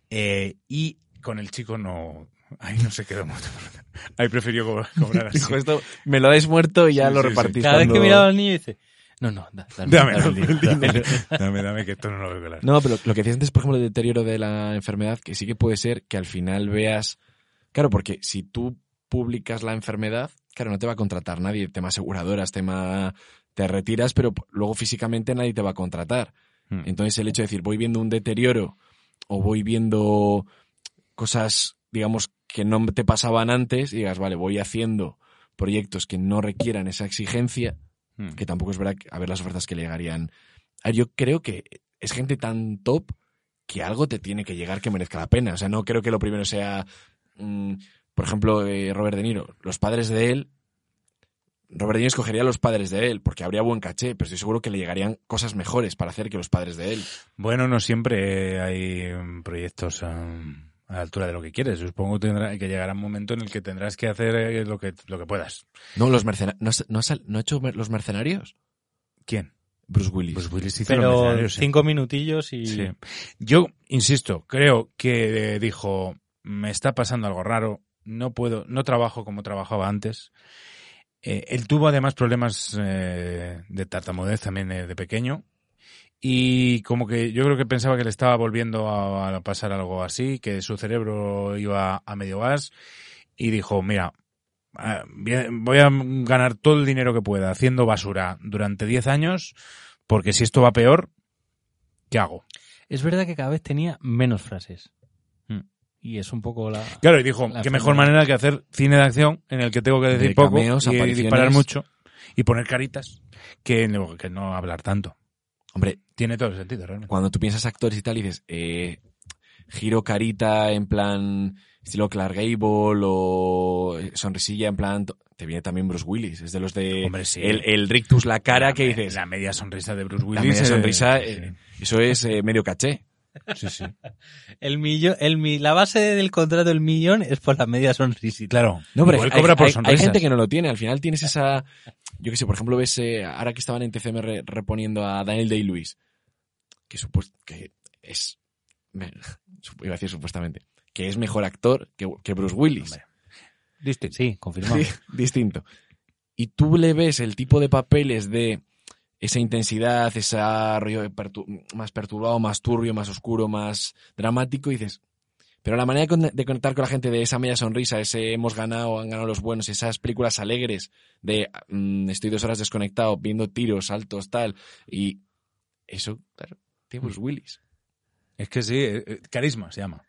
Eh, y con el chico no ahí no se quedó mucho ahí prefirió co- cobrar así
Dijo, esto me lo dais muerto y ya
Sí,
lo
sí, sí.
repartís.
Cada vez que
cuando-
miraba al niño dice, no, no, da- dame,
dame
dame el
dame,
dinero, dame el
dame,
dinero".
dame, dame, que esto no lo veo claro
No, pero lo que decías antes, por ejemplo, del deterioro de la enfermedad, que sí que puede ser que al final veas. Claro, porque si tú publicas la enfermedad, claro, no te va a contratar nadie, tema aseguradoras, tema. Te retiras, pero p- luego físicamente nadie te va a contratar.
Hmm.
Entonces, el hecho de decir, voy viendo un deterioro o voy viendo cosas, digamos, que no te pasaban antes, y digas, vale, voy haciendo proyectos que no requieran esa exigencia,
Hmm.
que tampoco es verdad que- a ver las ofertas que le llegarían. A ver, yo creo que es gente tan top que algo te tiene que llegar que merezca la pena. O sea, no creo que lo primero sea, mm, por ejemplo, eh, Robert De Niro, los padres de él. Robert De Niro escogería a los padres de él, porque habría buen caché, pero estoy seguro que le llegarían cosas mejores para hacer que los padres de él.
Bueno, no siempre hay mm, proyectos mm, a la altura de lo que quieres. Supongo que tendrá- que llegará un momento en el que tendrás que hacer eh, lo que, lo que puedas.
No, los mercenarios. ¿No, has- no has- no ha hecho mer- los mercenarios?
¿Quién?
Bruce Willis.
Pues Willis hizo los ¿eh?
Pero
mercenarios, sí.
cinco minutillos y...
Sí. Yo, insisto, creo que eh, dijo, me está pasando algo raro, no puedo, no trabajo como trabajaba antes. Eh, él tuvo además problemas eh, de tartamudez también eh, de pequeño. Y como que yo creo que pensaba que le estaba volviendo a, a pasar algo así, que su cerebro iba a medio gas y dijo, mira, ah, bien, voy a ganar todo el dinero que pueda haciendo basura durante 10 años, porque si esto va peor, ¿qué hago?
Es verdad que cada vez tenía menos frases.
Hmm.
Y es un poco la...
Claro, y dijo,
La
qué mejor
forma-
manera que hacer cine de acción en el que tengo que decir
De
poco
cameos,
y
apariciones.
disparar mucho y poner caritas que no, que no hablar tanto.
Hombre,
Tiene todo el sentido, realmente.
cuando tú piensas actores y tal y dices, eh, giro carita en plan estilo Clark Gable o eh, sonrisilla en plan... to- Te viene también Bruce Willis, es de los de...
Hombre, sí.
Eh, El, el rictus, la cara que
me-
dices...
La media sonrisa de Bruce
La
Willis.
media
eh,
sonrisa,
sí,
eh, eso es eh, medio caché.
sí, sí.
El millo, el mi- la base del contrato del millón es por la media sonrisita.
Claro.
No, pero
Igual
hay,
cobra por
hay- hay
sonrisas.
gente que no lo tiene. Al final tienes esa. Yo qué sé, por ejemplo, ves. eh, ahora que estaban en TCM re- reponiendo a Daniel Day-Lewis, que, supues- que es. me- sup- iba a decir supuestamente. Que es mejor actor que, que Bruce Willis.
Hombre,
Sí, confirmado.
Sí, distinto. Y tú le ves el tipo de papeles de esa intensidad, ese rollo de pertu- más perturbado, más turbio, más oscuro, más dramático, y dices. Pero la manera de con- de conectar con la gente de esa media sonrisa, ese hemos ganado, han ganado los buenos, esas películas alegres de mm, estoy dos horas desconectado, viendo tiros, saltos, tal, y eso, claro, tiene Bruce Willis.
Es que sí, eh, eh, carisma se llama.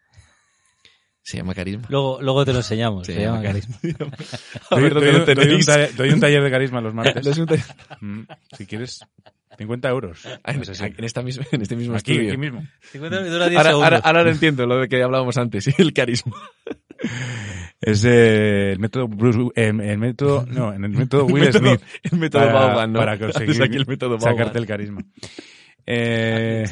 Se llama carisma.
Luego, luego te lo enseñamos.
Sí,
se llama
Macarena.
carisma.
Doy,
ver dónde
doy
lo
un- doy un
tenéis.
taller, doy un taller de carisma los
No
martes.
es un taller.
Mm, si quieres, 50 euros.
Ah, en,
No sé si-
en esta misma- en este mismo
Aquí,
estudio.
aquí mismo.
50 dura 10
Ahora,
segundos.
ahora, ahora lo entiendo, lo de que hablábamos antes, el carisma.
Es eh, el método Bruce, Wi- em, el método, no, en el método Will
método-
Smith.
el método
para,
Bauman, ¿no?
Para
Haces
conseguir
aquí el método Bauman.
sacarte el carisma. Eh,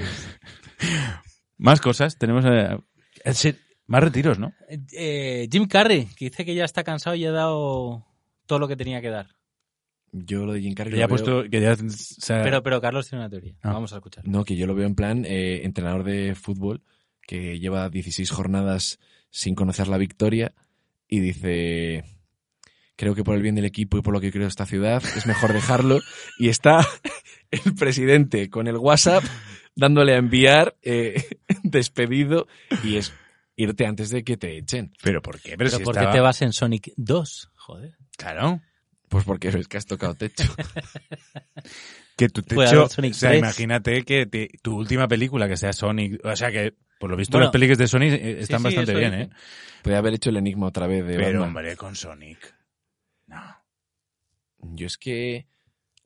más cosas, tenemos eh, es decir, más retiros, ¿no?
Eh, Jim Carrey, que dice que ya está cansado y ha dado todo lo que tenía que dar.
Yo lo de Jim Carrey
Que
lo
ya ha
veo-
puesto, que ya se ha-
Pero, pero Carlos tiene una teoría.
Ah.
Vamos a escuchar.
No, que yo lo veo en plan eh, entrenador de fútbol que lleva 16 jornadas sin conocer la victoria y dice... Creo que por el bien del equipo y por lo que creo esta ciudad es mejor dejarlo. Y está el presidente con el WhatsApp dándole a enviar eh, despedido y es irte antes de que te echen.
pero ¿por qué? Pero,
Pero
si
¿por
estaba-
qué te vas en Sonic 2? Joder.
Claro.
Pues porque es que has tocado techo.
Que tu
Puede
techo,
haber
o
Sonic
sea,
3.
imagínate que te- tu última película que sea Sonic, o sea que por lo visto
Bueno,
las películas de Sonic eh, están
sí,
bastante
eso
bien, ¿eh?
dicen.
Podría haber hecho el enigma otra vez de
Pero
Batman.
hombre, con Sonic. No.
Yo es que.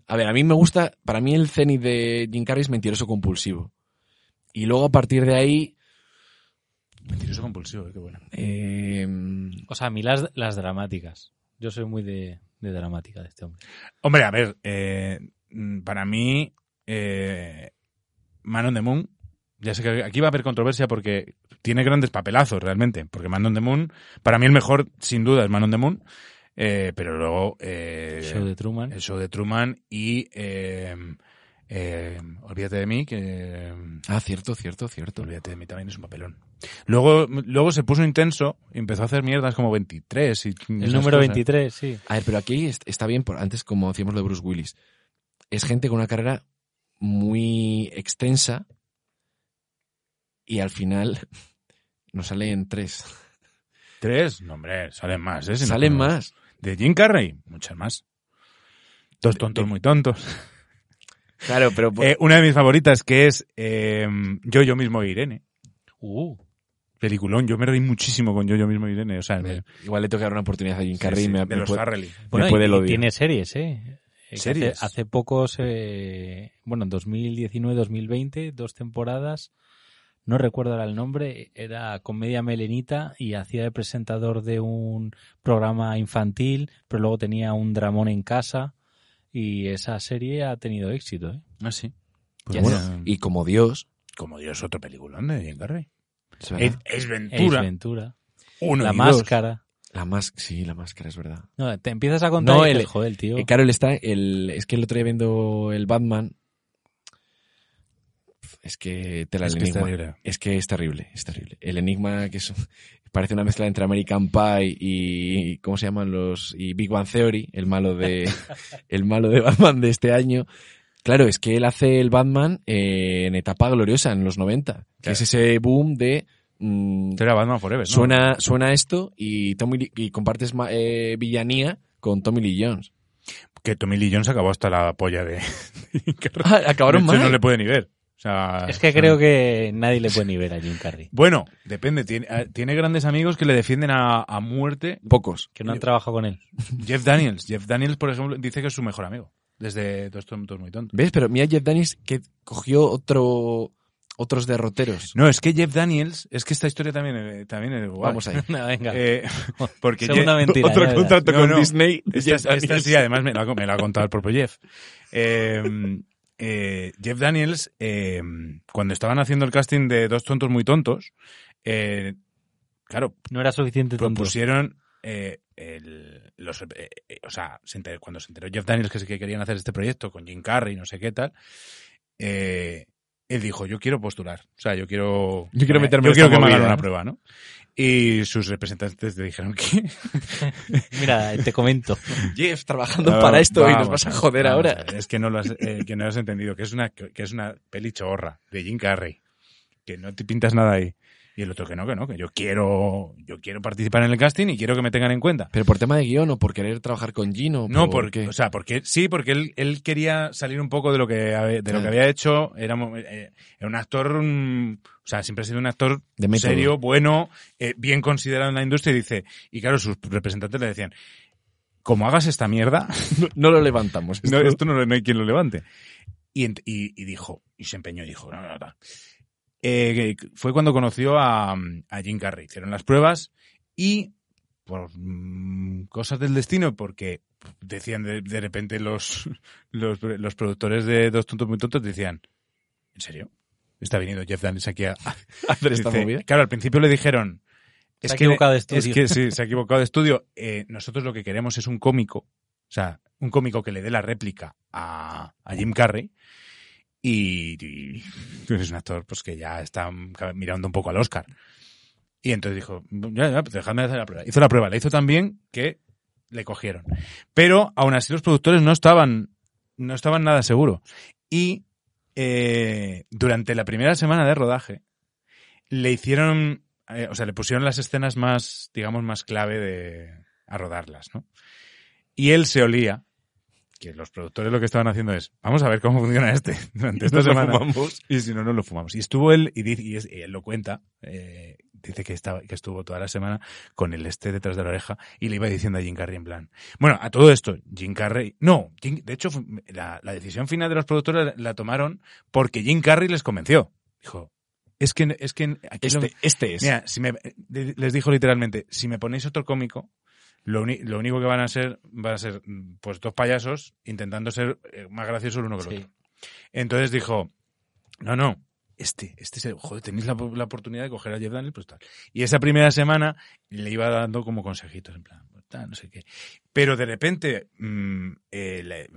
A ver, a mí me gusta. Para mí el cenit de Jim Carrey es mentiroso compulsivo. Y luego a partir de ahí.
Mentiroso compulsivo, eh, qué bueno.
eh,
O sea, a mí las, las dramáticas. Yo soy muy de, de dramática de este hombre.
Hombre, a ver, eh, mm, para mí eh, Manon de Moon. Ya sé que aquí va a haber controversia porque tiene grandes papelazos realmente. Porque Manon de Moon, para mí el mejor, sin duda, es Manon de Moon. Eh, pero luego. eh,
Show de Truman.
El show de Truman y. eh, eh, olvídate de mí, que. eh,
Ah, cierto, cierto, cierto.
Olvídate de mí también es un papelón. Luego, luego se puso intenso, empezó a hacer mierdas como 23 y.
El número 23, sí.
A ver, pero aquí est- está bien, por antes como decíamos lo de Bruce Willis, es gente con una carrera muy extensa y al final nos salen tres.
¿Tres? No, hombre, salen más, ¿eh? Si no
salen
podemos-
más.
De Jim Carrey, muchas más. Dos tontos muy tontos.
Claro, pero... por-
Eh, una de mis favoritas que es eh, Yo, yo mismo e Irene.
Uh,
Peliculón, yo me reí muchísimo con Yo, yo mismo e Irene. O sea, me-
me- igual le tengo que dar una oportunidad a Jim
sí,
Carrey.
sí,
me- pues,
de
me
los
puede-
Farrelly.
Bueno,
puede el
y- y
odio.
tiene series, ¿eh? Que hace-
¿Series?
Hace, pocos, eh, bueno, en 2019-2020, dos temporadas, no recuerdo ahora el nombre, era Comedia Melenita y hacía de presentador de un programa infantil, pero luego tenía un dramón en casa y esa serie ha tenido éxito, ¿eh?
Ah, sí. Pues
Ya
bueno,
sé. Y como Dios...
como Dios, otro peliculón de Jim Carrey.
es verdad.
Es, es
Ace
Ventura.
Ventura,
uno
La
y dos.
Máscara.
La más, sí, la máscara, es verdad.
No, te empiezas a contar
No,
y
el-
dices, joder, tío.
Eh, claro, él está, el, es que el otro día viendo el Batman, es que te la
Es
el
que está
enigma.
libre.
Es que es terrible, es terrible. El enigma que es, parece una mezcla entre American Pie y ¿cómo se llaman los? y Big Bang Theory, el malo de el malo de Batman de este año. Claro, es que él hace el Batman eh, en etapa gloriosa en los 90, que
Claro.
es ese boom de mm,
Este era Batman Forever, ¿no?
suena suena esto y Tommy Lee- y compartes ma- eh, villanía con Tommy Lee Jones.
Que Tommy Lee Jones acabó hasta la polla de de Jim Carrey.
Ah, acabaron
De
mal.
hecho, no le puede ni ver. O sea,
es que
son-
creo que nadie le puede ni ver a Jim Carrey.
Bueno, depende. Tiene, eh, tiene grandes amigos que le defienden a, a muerte.
Pocos.
Que no han trabajado con él.
Jeff Daniels. Jeff Daniels, por ejemplo, dice que es su mejor amigo. Desde Dos Tontos Muy Tontos.
¿Ves? Pero mira Jeff Daniels que cogió otro otros derroteros.
No, es que Jeff Daniels, es que esta historia también, eh, también es guay.
Vamos ahí.
No, venga.
Eh, porque
Segunda mentira, ya verás.
No, no.
Disney.
Esta, esta sí, además me la, me la ha contado el propio Jeff. Eh, eh, Jeff Daniels, eh, cuando estaban haciendo el casting de Dos Tontos Muy Tontos, eh, claro,
No era suficiente tonto.
propusieron eh, el- los eh, eh, o sea se enter- cuando se enteró Jeff Daniels que, sí que querían hacer este proyecto con Jim Carrey no sé qué tal eh, él dijo yo quiero postular o sea yo quiero eh,
Yo quiero meterme
yo
en
quiero
esta
que me hagan
movida,
una
¿no?
prueba no y sus representantes le dijeron que
Mira, te comento.
Jeff trabajando para esto y nos
Vamos,
vas a joder
vamos
ahora.
a ver, Es que no lo has, eh, que no has entendido, que es una que es una peli chorra de Jim Carrey, que no te pintas nada ahí. Y el otro que no, que no, que yo quiero yo quiero participar en el casting y quiero que me tengan en cuenta.
Pero por tema de guión o por querer trabajar con Gino.
No,
por pues,
porque,
qué?
o sea, porque sí, porque él, él quería salir un poco de lo que habe- de lo
Ah.
que había hecho, era, mo- eh, era un actor, mm, o sea, siempre ha sido un actor
De método.
serio, bueno, eh, bien considerado en la industria y dice, y claro, sus representantes le decían, como hagas esta mierda,
no, no lo levantamos.
no,
Esto-
esto no, lo- no hay quien lo levante. Y, ent- y- y dijo, y se empeñó y dijo, no, no, no. Eh, que fue cuando conoció a, mm, a Jim Carrey. Hicieron las pruebas y por mm, cosas del destino, porque decían de, de repente los, los, los productores de Dos Tontos Muy Tontos decían, ¿en serio? Está viniendo Jeff Daniels aquí a,
hacer esta
Dice-
movida.
Claro, al principio le dijeron.
Se ha equivocado de estudio".
Es que sí, se ha equivocado de estudio. Eh, nosotros lo que queremos es un cómico. O sea, un cómico que le dé la réplica a, a Jim Carrey. Y, y tú eres un actor pues que ya está mirando un poco al Oscar. Y entonces dijo, ya, ya, pues dejadme hacer la prueba. Hizo la prueba, la hizo tan bien que le cogieron. Pero aún así los productores no estaban, no estaban nada seguros. Y eh, durante la primera semana de rodaje le hicieron, eh, o sea, le pusieron las escenas más, digamos, más clave de, a rodarlas, ¿no? Y él se olía que los productores lo que estaban haciendo es, vamos a ver cómo funciona este durante esta semana. Y si no, no lo fumamos. Y estuvo él, y, dice- y es- y él lo cuenta, eh, dice que, estaba, que estuvo toda la semana con el este detrás de la oreja y le iba diciendo a Jim Carrey en plan. Bueno, a todo esto, Jim Carrey. No, Jim- de hecho, fu- la, la decisión final de los productores la tomaron porque Jim Carrey les convenció. Dijo, es que, es que aquí lo-
Este, este es.
Mira, si me- eh, les dijo literalmente, si me ponéis otro cómico, lo, uni- lo único que van a ser van a ser mm, pues dos payasos intentando ser eh, más graciosos el uno que el
Sí.
otro. Entonces dijo, No, no. Este, este es el, joder, tenéis la, la oportunidad de coger a Jeff Daniels, pues tal. Y esa primera semana le iba dando como consejitos, en plan, pues, tal, no sé qué. Pero de repente mm, eh, le-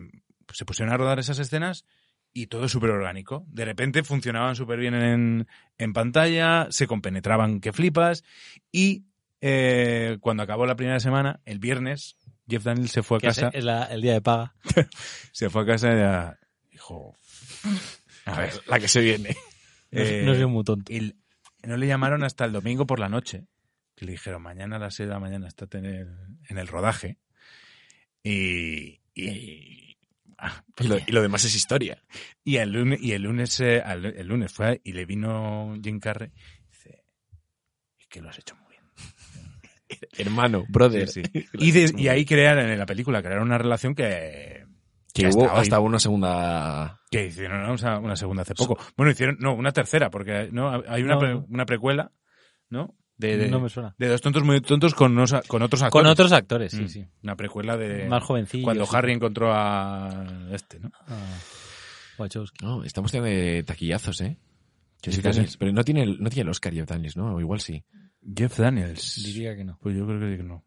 se pusieron a rodar esas escenas y todo súper orgánico. De repente funcionaban súper bien en, en pantalla, se compenetraban que flipas. Y eh, cuando acabó la primera semana, el viernes, Jeff Daniels se fue a
Que es
casa.
es la- el día de paga.
Se fue a casa y ya dijo, a ver,
La que se viene.
No,
eh,
es- no soy muy tonto.
el- no le llamaron hasta el domingo por la noche. Que le dijeron, mañana a las 6 de la mañana está en el, en el rodaje. Y, y, ah,
Y lo, y lo demás es historia.
y el lunes, y el lunes, eh, al- el lunes fue y le vino Jim Carrey. y Dice, es que lo has hecho muy bien.
Hermano, brother.
Sí, sí. Y, de- y ahí crearon en la película, crearon una relación que...
Que
que
hubo
hasta hoy-
hasta una segunda.
Que hicieron una, una segunda hace poco. Bueno, hicieron, no, una tercera, porque no hay una,
No,
pre-
no.
una precuela, ¿no? De,
Eh,
de-
No me suena.
de dos tontos muy tontos con, unos- con otros actores.
Con otros actores, sí,
Mm,
sí.
Una precuela de
Más jovencillos.
cuando
sí.
Harry encontró a este, ¿no?
Ah, Wachowski.
No, estamos teniendo de taquillazos, ¿eh? Jeff
Sí,
Daniels.
sí.
Pero no tiene, el- no tiene el Oscar Jeff Daniels, ¿no? O igual sí.
Jeff Daniels.
Diría que no.
Pues yo creo que no.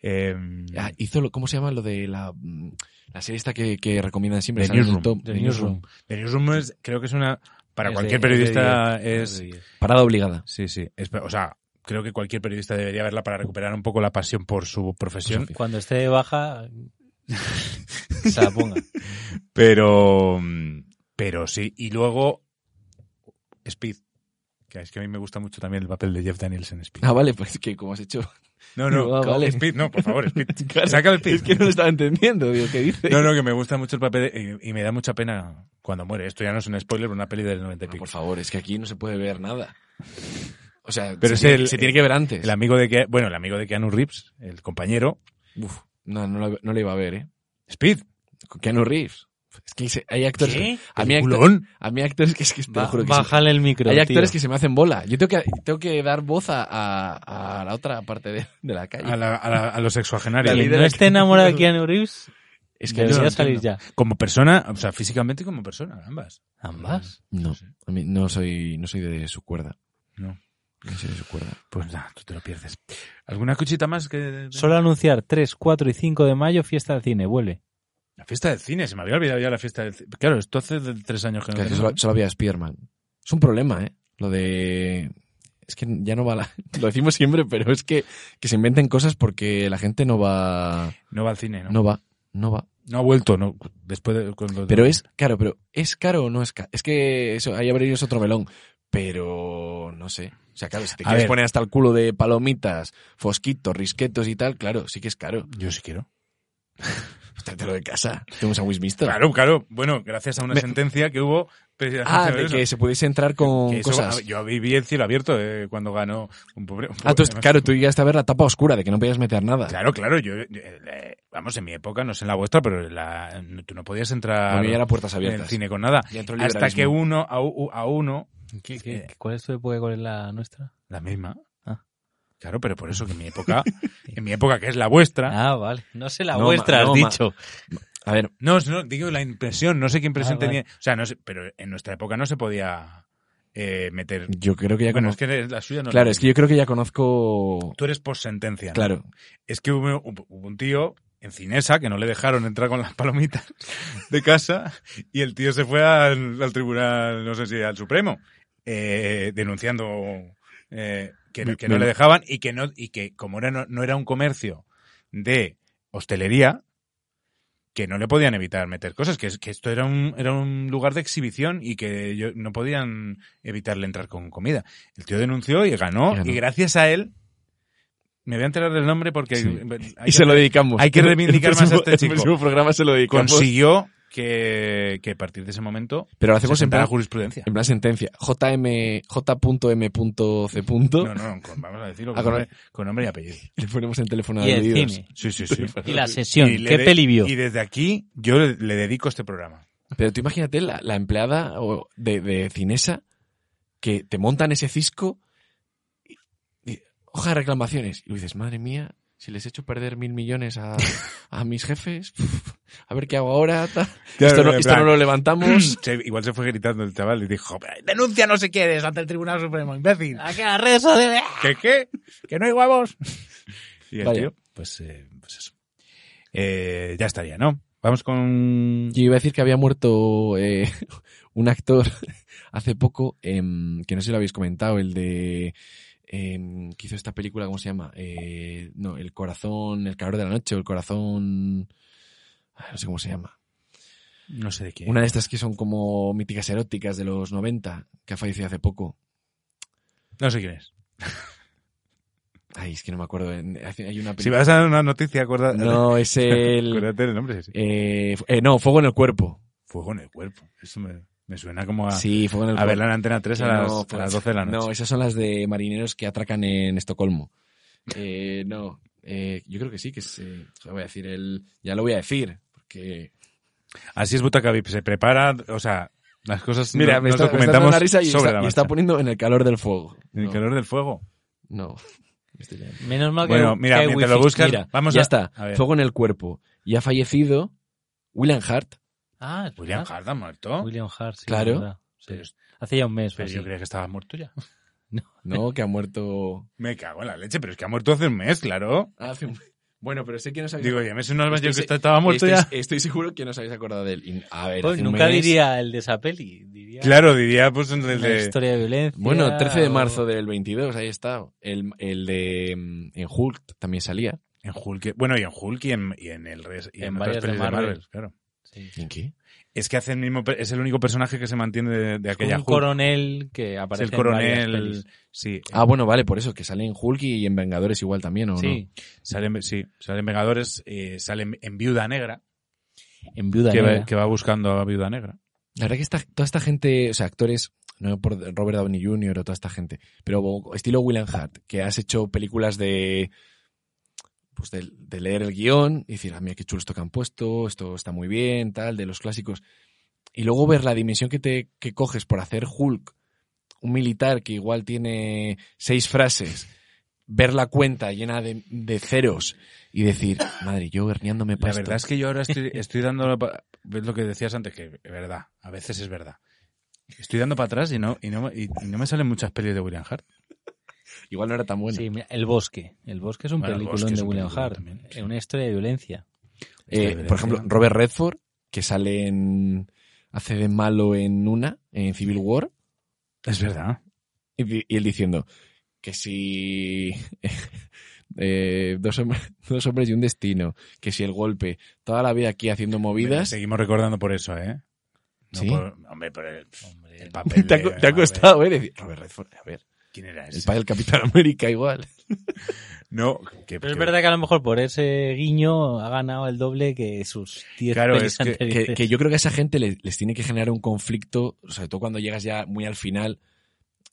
Eh,
Ah, hizo, lo, ¿cómo se llama lo de la, mm, la serie esta que, que recomiendan siempre?
The
Sale
Newsroom.
Tom-
The Newsroom.
The Newsroom es- creo que es una... Para
Es
cualquier
de- es de
periodista
diez,
es...
de diez.
Parada obligada.
Sí, sí. es- o sea, creo que cualquier periodista debería verla para recuperar un poco la pasión por su profesión.
Cuando esté de baja, se la ponga.
Pero, mm, pero sí. Y luego, Speed. Que es que a mí me gusta mucho también el papel de Jeff Daniels en Speed.
Ah, vale, pues que como has hecho.
No, no,
Ah, vale.
Speed, no, por favor, Speed.
Claro,
Saca el Speed.
Es que no lo estaba entendiendo, digo, ¿qué dice?
No, no, que me gusta mucho el papel eh, y, me da mucha pena cuando muere. Esto ya no es un spoiler, pero una peli del 90 y
Ah,
pico.
por favor, es que aquí no se puede ver nada. O sea,
Pero
se,
es
tiene,
el-
se tiene que ver antes.
El amigo de que, bueno, el amigo de Keanu Reeves, el compañero,
Uf, no, no lo, no lo iba a ver, ¿eh?
Speed,
Con Keanu Reeves. Es que se- hay actores...
¿Qué?
A mí, acto-
peliculón.
a mí actores que es que... te lo
Ba-
juro que se-
bájale el micro.
hay
tío.
actores que se me hacen bola. Yo tengo que, tengo que dar voz a, a- a la otra parte de, de la calle.
a, la- a la- a los
Quien
sexuagenarios.
este- La líder-
no esté enamorado de Keanu Reeves,
es
debería
no lo
salir
entiendo.
ya.
Como persona, o sea, físicamente como persona, ambas.
Ambas.
No, a mí no soy, no soy de su cuerda.
No.
No soy de su cuerda.
Pues nada, tú te lo pierdes. ¿Alguna cuchita más que...?
Solo anunciar 3, 4 y 5 de mayo, fiesta del cine, vuelve.
La fiesta del cine, se me había olvidado ya la fiesta del cine. Claro, esto hace de- tres años que no
Claro, que
tenemos.
solo, solo había Spiderman. Es un problema, ¿eh? Lo de... Es que ya no va la... Lo decimos siempre, pero es que, que se inventen cosas porque la gente no va...
No va al cine, ¿no?
No va, no va.
No ha vuelto, no. Después de... cuando-
Pero es caro, pero ¿es caro o no es caro? Es que eso, ahí abriríos otro melón. Pero no sé. O sea, claro, si te
A
quieres
ver.
poner hasta el culo de palomitas, fosquitos, risquetos y tal, claro, sí que es caro.
Yo sí quiero.
Pues tráetelo de casa. Tenemos a Wismisto.
Claro, claro. Bueno, gracias a una
Me-
sentencia que hubo... precisamente
Ah,
sobre
de
eso.
que se pudiese entrar con
Que eso- ah,
cosas.
yo viví el cielo abierto eh, cuando ganó un pobre... un
Ah, tú,
pobre-
claro, tú llegaste a ver la tapa oscura de que no podías meter nada.
Claro, claro, yo, yo, eh, vamos, en mi época, no sé en la vuestra, pero en la- no- tú no podías entrar
A mí ya era puertas
en
abiertas.
el cine con nada.
Ya entró el
Hasta
liberalismo.
que uno, a, u- a uno,
¿Qué,
qué-
cuál es tu época cuál es la nuestra?
la misma.
Ah.
Claro, pero por eso que en mi época, en mi época que es la vuestra,
Ah, vale. No sé la
No,
vuestra,
ma-
has
no, ma-
dicho.
A ver,
No, no, digo la impresión, no sé qué impresión
Ah,
tenía. O sea, no sé, pero en nuestra época no se podía eh, meter.
yo creo que ya
bueno, es
conozco.
que la suya no
Claro, es que yo creo que ya conozco.
Tú eres post sentencia. ¿no?
Claro.
Es que hubo, hubo un tío en Cinesa que no le dejaron entrar con las palomitas de casa y el tío se fue al, al tribunal, no sé si al Supremo, eh, denunciando eh, que, no- que no
Me-
le dejaban y que no y que como era no, no era un comercio de hostelería que no le podían evitar meter cosas, que, es- que esto era un, era un lugar de exhibición y que yo- no podían evitarle entrar con comida. El tío denunció y ganó,
Y ganó.
y gracias a él, me voy a enterar del nombre porque
Sí.
hay
Y se
que-
lo dedicamos.
hay que reivindicar
El
más a
próximo-
este chico.
El próximo programa se lo dedicamos.
consiguió que, que a partir de ese momento
Pero lo
se
hacemos en
sentara
plan,
jurisprudencia.
en plan sentencia. JM, J.M.C.
No, no, con- vamos a decirlo
Ah, con-
con, nombre, con nombre y apellido.
Le ponemos el teléfono
Y
de
el
oídos.
cine.
Sí, sí, sí.
Y la sesión.
Y le
¿Qué
de-
peli vio?
Y desde aquí yo le, le dedico este programa.
Pero tú imagínate la, la empleada o de, de Cinesa que te montan ese cisco y, y hoja de reclamaciones. Y dices, madre mía, si les echo perder mil millones a, a mis jefes, a ver qué hago ahora. tal.
Claro,
esto no,
en
esto no
plan,
lo levantamos.
Se- igual se fue gritando el chaval y dijo, denuncia no sé quieres ante el Tribunal Supremo, imbécil.
¡A Ah, que las redes sociales!
¿Qué qué? ¿Que no hay huevos? Y el
Vaya.
tío, pues, eh, pues eso. Eh, ya estaría, ¿no? Vamos con...
Yo iba a decir que había muerto eh, un actor hace poco, em, que no sé si lo habéis comentado, el de... em, que hizo esta película, ¿cómo se llama? Eh, no, El corazón, El calor de la noche, o El corazón... ah, No sé cómo se llama.
No sé de quién.
Una de estas que son como míticas eróticas de los 90, que ha fallecido hace poco.
No sé quién es.
Ay, es que no me acuerdo. en- hace- Hay una
Si
película...
vas a dar una noticia, acuérdate,
No, es el...
acuérdate del nombre. sí, sí.
eh, fu- eh, no, Fuego en el Cuerpo.
Fuego en el cuerpo. Eso me, me suena como a,
Sí, Fuego en el
Ah. a
Cuerpo.
verla en Antena 3 a
Que no,
las, a
pues,
las 12 de la noche.
No, esas son las de marineros que atracan en Estocolmo.
Mm.
Eh, no, eh, yo creo que sí, que es... eh, joder, voy a decir el... Ya lo voy a decir, porque...
Así es Butaca VIP, se prepara, o sea, las cosas
Mira,
no-
me,
nos
está, me está dando
documentamos
una risa y
sobre
está,
la
y está
marcha.
poniendo en el calor del fuego.
En el
No,
calor del fuego.
No. Me estoy liando.
Menos mal que
Bueno,
que
mira,
hay
mientras lo
wifi.
buscas,
Mira.
vamos
ya
a...
está,
a ver.
fuego en el cuerpo. Y ha fallecido William Hart.
Ah, es
William
verdad.
Hart ha muerto.
William Hart, sí,
Claro.
es verdad. Sí. Hace ya un mes. o
Pero
así.
yo creía que estaba muerto ya.
No, que ha muerto...
Me cago en la leche, pero es que ha muerto hace un mes, claro.
hace un- Bueno, pero sé que no sabéis...
Digo, ya me suena más yo que
Estoy se- este eh,
estaba muerto
estoy,
ya.
estoy seguro que no os habéis acordado de él. Y, a ver,
Pues
hace un
nunca
mes-
diría el de esa peli. Diría
Claro, diría pues en el
una
de...
historia de violencia.
Bueno, 13 de
o-
marzo del 22, ahí está. El, el de mm, en Hulk también salía.
En Hulk, y- bueno, y en Hulk y en, y en el res- y
En
en, otras
varias de
pelis de Marvel.
Marvel.
claro.
Sí.
¿En qué?
Es que hace el mismo, pe- es el único personaje que se mantiene de, de aquella
Un
Hulk.
coronel que
Es
aparece
el
en varias pelis.
coronel, sí, eh,
Ah, bueno, vale, por eso, que sale en Hulk y en Vengadores igual también, ¿o
Sí,
salen, sí, salen Vengadores, eh, salen en Viuda Negra,
en Viuda
que,
Negra.
va, que va buscando a Viuda Negra.
no? La verdad que esta, toda esta gente, o sea, actores, no por Robert Downey Jr. o toda esta gente, pero estilo William Hart, que has hecho películas de pues de, de leer el guión y decir, ah, mira qué chulo esto que han puesto, esto está muy bien, tal, de los clásicos. Y luego ver la dimensión que te que coges por hacer Hulk, un militar que igual tiene seis frases, ver la cuenta llena de, de ceros y decir, madre, yo herniándome
La
para
verdad es que yo ahora estoy, estoy dando, pa- ves lo que decías antes, que es verdad, a veces es verdad. Estoy dando para atrás y no, y no, y, y no me salen muchas pelis de William Hart.
Igual no era tan bueno.
Sí, mira, El Bosque. El Bosque es un
Bueno, El
película
Bosque es
de
un
William
peliculón
Hart.
también, sí.
Es Una historia de violencia.
Eh, por ejemplo, Robert Redford, que sale en... hace de malo en una, en Civil War,
Es verdad.
y, di- y él diciendo que si... eh, dos, hom- dos hombres y un destino, que si el golpe, toda la vida aquí haciendo movidas...
Seguimos recordando por eso, ¿eh? No
Sí.
por- hombre, por el,
Hombre,
el papel.
Te ha,
de-
co- te ha
a ver,
costado ver, y decir, Robert Redford, a ver,
¿Quién era
el
ese?
padre del Capitán América igual.
No, que-
Pero es
que-
verdad que a lo mejor por ese guiño ha ganado el doble que sus 10
Claro,
pelis
es que-
anteriores.
que, que yo creo que a esa gente les, les tiene que generar un conflicto, sobre todo cuando llegas ya muy al final,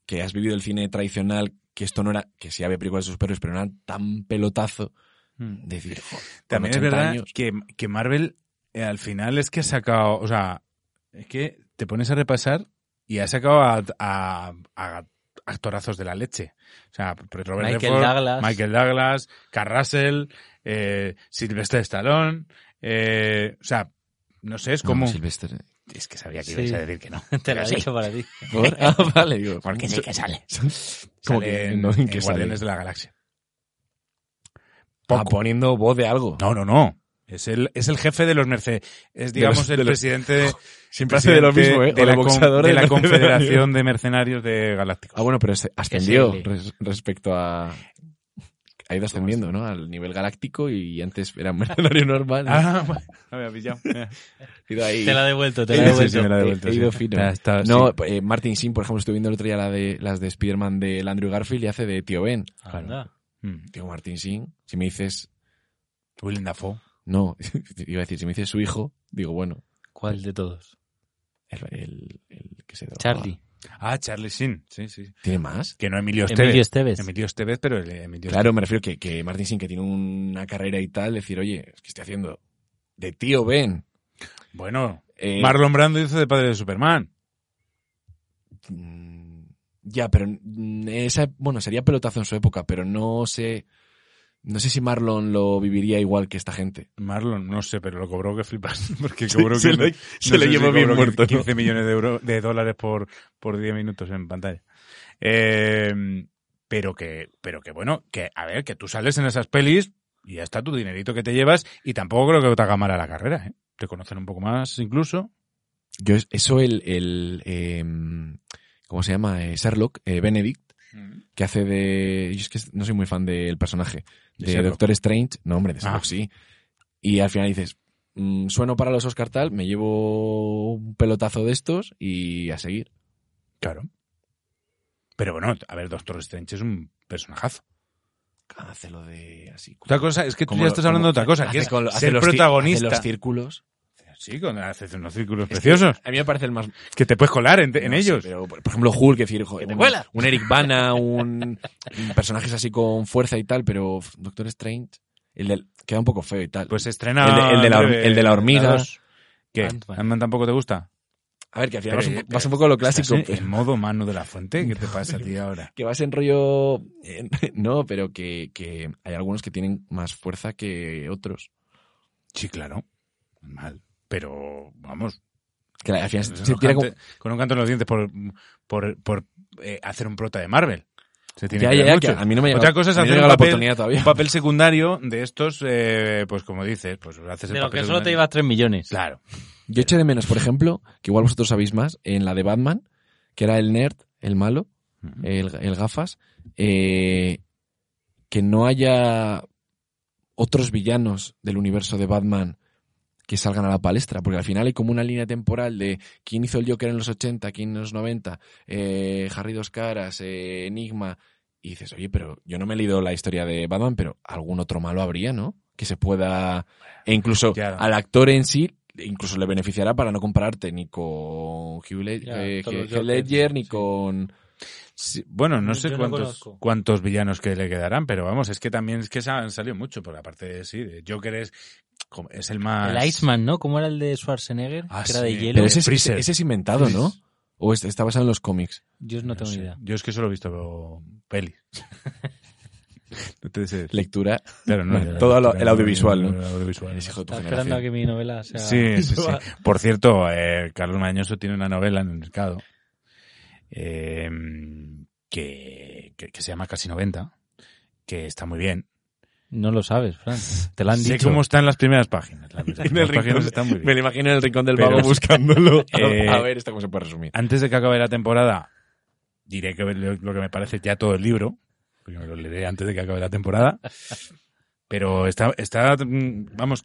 que has vivido el cine tradicional, que esto no era, que sí había películas de superhéroes, pero no eran tan pelotazo.
Hmm.
Mm.
Decir, jo, con
También es
80
verdad
años.
que, que Marvel eh, al final es que ha sacado, o sea, es que te pones a repasar y ha sacado a, a- a actorazos de la leche. O sea, pues Robert
Michael
Redford,
Douglas.
Michael Douglas, Kurt Russell, eh, Sylvester Stallone, eh, o sea, no sé, es
No,
como...
Sylvester.
es que sabía
que ibais a
decir que no.
Te lo he dicho para ti.
¿Por? Ah, vale, digo.
Porque sí que sale.
Como
Sale
que
en,
no,
en
en que sale.
Guardianes de la Galaxia.
Ah,
Poco.
poniendo voz de algo.
No, no, no. Es el, es el jefe de los Mercedes. Es, digamos,
los-
el
de los-
presidente de,
Siempre hace de lo mismo,
presidente
¿eh? O
de
de
la, con-
boxeador
de
de
la
mercenario.
Confederación de Mercenarios de Galácticos.
Ah, bueno, pero se ascendió
Que se
res- respecto a. Ha ido ascendiendo, ¿no? Al nivel galáctico y antes era un mercenario normal.
Ah, bueno. No me ha pillado.
Ha ido ahí.
Te la he devuelto, te
Sí,
la he
sí,
devuelto.
sí, me la he
He-
devuelto,
he
sí.
ido fino.
Ah, está-
No,
sí.
eh, Martin Sim, por ejemplo, estuve viendo el otro día la de, las de Spider-Man de Andrew Garfield y hace de Tío Ben.
Anda.
Mm.
Digo, Martin Sim, si me dices,
Willem Dafoe.
no, iba a decir, si me dices su hijo, digo, bueno,
¿Cuál de todos?
el, el, el que se drogaba.
Charlie.
Ah, Charlie Sheen. Sí, sí.
¿Tiene más?
Que no Emilio Estevez.
Emilio Esteves.
Emilio Estevez, pero el eh, Emilio
Claro, me refiero que, que Martin Sim, que tiene una carrera y tal, decir, oye, es que estoy haciendo de Tío Ben.
Estevez. Bueno,
Eh,
Marlon Brando hizo de padre de Superman.
mm, Ya, pero mm, esa, bueno, sería pelotazo en su época, pero no sé. No sé si Marlon lo viviría igual que esta gente.
Marlon, no sé, pero lo cobró que flipas. Porque cobró
se
que
le-
no-
se
no
le
sé
llevó
si
bien
cobró
muerto, ¿no?
15 millones de, euros, de dólares por, por 10 minutos en pantalla. Eh, pero que, pero que bueno, que a ver, que tú sales en esas pelis y ya está tu dinerito que te llevas y tampoco creo que te haga mal a la carrera, ¿eh? Te conocen un poco más incluso.
Yo es- eso el, el em, ¿cómo se llama? Eh, Sherlock, eh, Benedict,
Mm.
que hace de... Yo es que no soy muy fan del personaje.
De
De,
Sherlock.
Doctor Strange. No, hombre, de Sherlock
Ah.
sí. Y al final dices, mm, sueno para los Oscar tal, me llevo un pelotazo de estos y a seguir.
Claro. Pero bueno, a ver, Doctor Strange es un personajazo.
Hace lo de así.
Otra cosa es que tú
Como
ya
lo-
estás hablando de otra
como-
cosa, que
hace
es
con- hace
ser
los ci-
protagonista.
hace los círculos.
sí, con, haces unos círculos
Es que
preciosos.
A mí me parece el más.
que te puedes colar en, en
no sé,
ellos.
pero, por por ejemplo, Hulk, que decir, jo,
Que te
un,
vuela.
un Eric Bana, un, un personajes así con fuerza y tal, pero f, Doctor Strange el del- queda un poco feo y tal.
Pues se
el,
estrena.
de, el de la,
breve
el de la hormiga.
dos. ¿Qué?
Ant-Man.
¿Ant-Man tampoco te gusta?
A ver, que al final
Pero,
vas un,
eh,
po- vas un poco a lo clásico.
¿Estás en- en modo mano de la fuente? ¿Qué te pasa a ti ahora?
Que vas en rollo. en- no, pero que, que hay algunos que tienen más fuerza que otros.
Sí, claro. Mal. Pero, vamos.
Que al final
con
se
un
tira como-
cante- Con un canto en los dientes por, por, por eh, hacer un prota de Marvel. Se tiene
Ya,
que
ya,
ver
ya,
mucho.
que a mí no me llega-
Otra cosa es
a mí no me
hacer
llega
un
la
papel,
oportunidad todavía.
un papel secundario de estos, eh, pues como dices, pues haces el
De lo
papel
que solo
secundario.
te llevas 3 millones.
Claro.
Yo eché de menos, por ejemplo, que igual vosotros sabéis más, en la de Batman, que era el nerd, el malo,
Mm.
el, el gafas, eh, que no haya otros villanos del universo de Batman que salgan a la palestra, porque al final hay como una línea temporal de quién hizo el Joker en los 80, quién en los 90, eh, Harry Dos Caras, eh, Enigma, y dices, oye, pero yo no me he leído la historia de Batman, pero algún otro malo habría, ¿no? Que se pueda... E incluso
Claro.
al actor en sí, incluso le beneficiará para no compararte ni con Hugh Le-
Ya,
eh,
todos los
Heath
Jokers,
Ledger, ni
sí.
con...
Sí, bueno, no
Yo
sé
no
cuántos,
conozco.
cuántos villanos que le quedarán, pero vamos, es que también es que se han salido mucho, por la parte de sí, de Joker es, como- es el más...
El Iceman, ¿no? ¿Cómo era el de Schwarzenegger?
Ah,
que era
sí.
de hielo.
Pero ese, es-
Freezer.
ese es inventado, ¿no?
Freeze.
O es- está basado en los cómics.
Yo no,
No
tengo
sé.
ni idea.
Yo es que solo he visto pelis. No te sé.
Lectura.
Claro, no,
Bueno, todo lo- el audiovisual, ¿no?
El audiovisual.
Eres hijo de tu
Estaba esperando a
generación.
que mi novela sea...
Sí, sí, sí. Por cierto, eh, Carlos Mañoso tiene una novela en el mercado eh, que, que- que se llama Casi 90, que está muy bien.
No lo sabes, Fran. Te lo han
sé
dicho.
cómo está en las primeras páginas. Las primeras
En el rincón
páginas
de-
están muy bien.
Me lo imagino en el rincón del
Pero-
vago buscándolo. A-
Eh,
a ver, esto cómo se puede resumir.
Antes de que acabe la temporada, diré que lo, lo que me parece ya todo el libro, porque me lo leeré antes de que acabe la temporada. Pero está, está mm, vamos,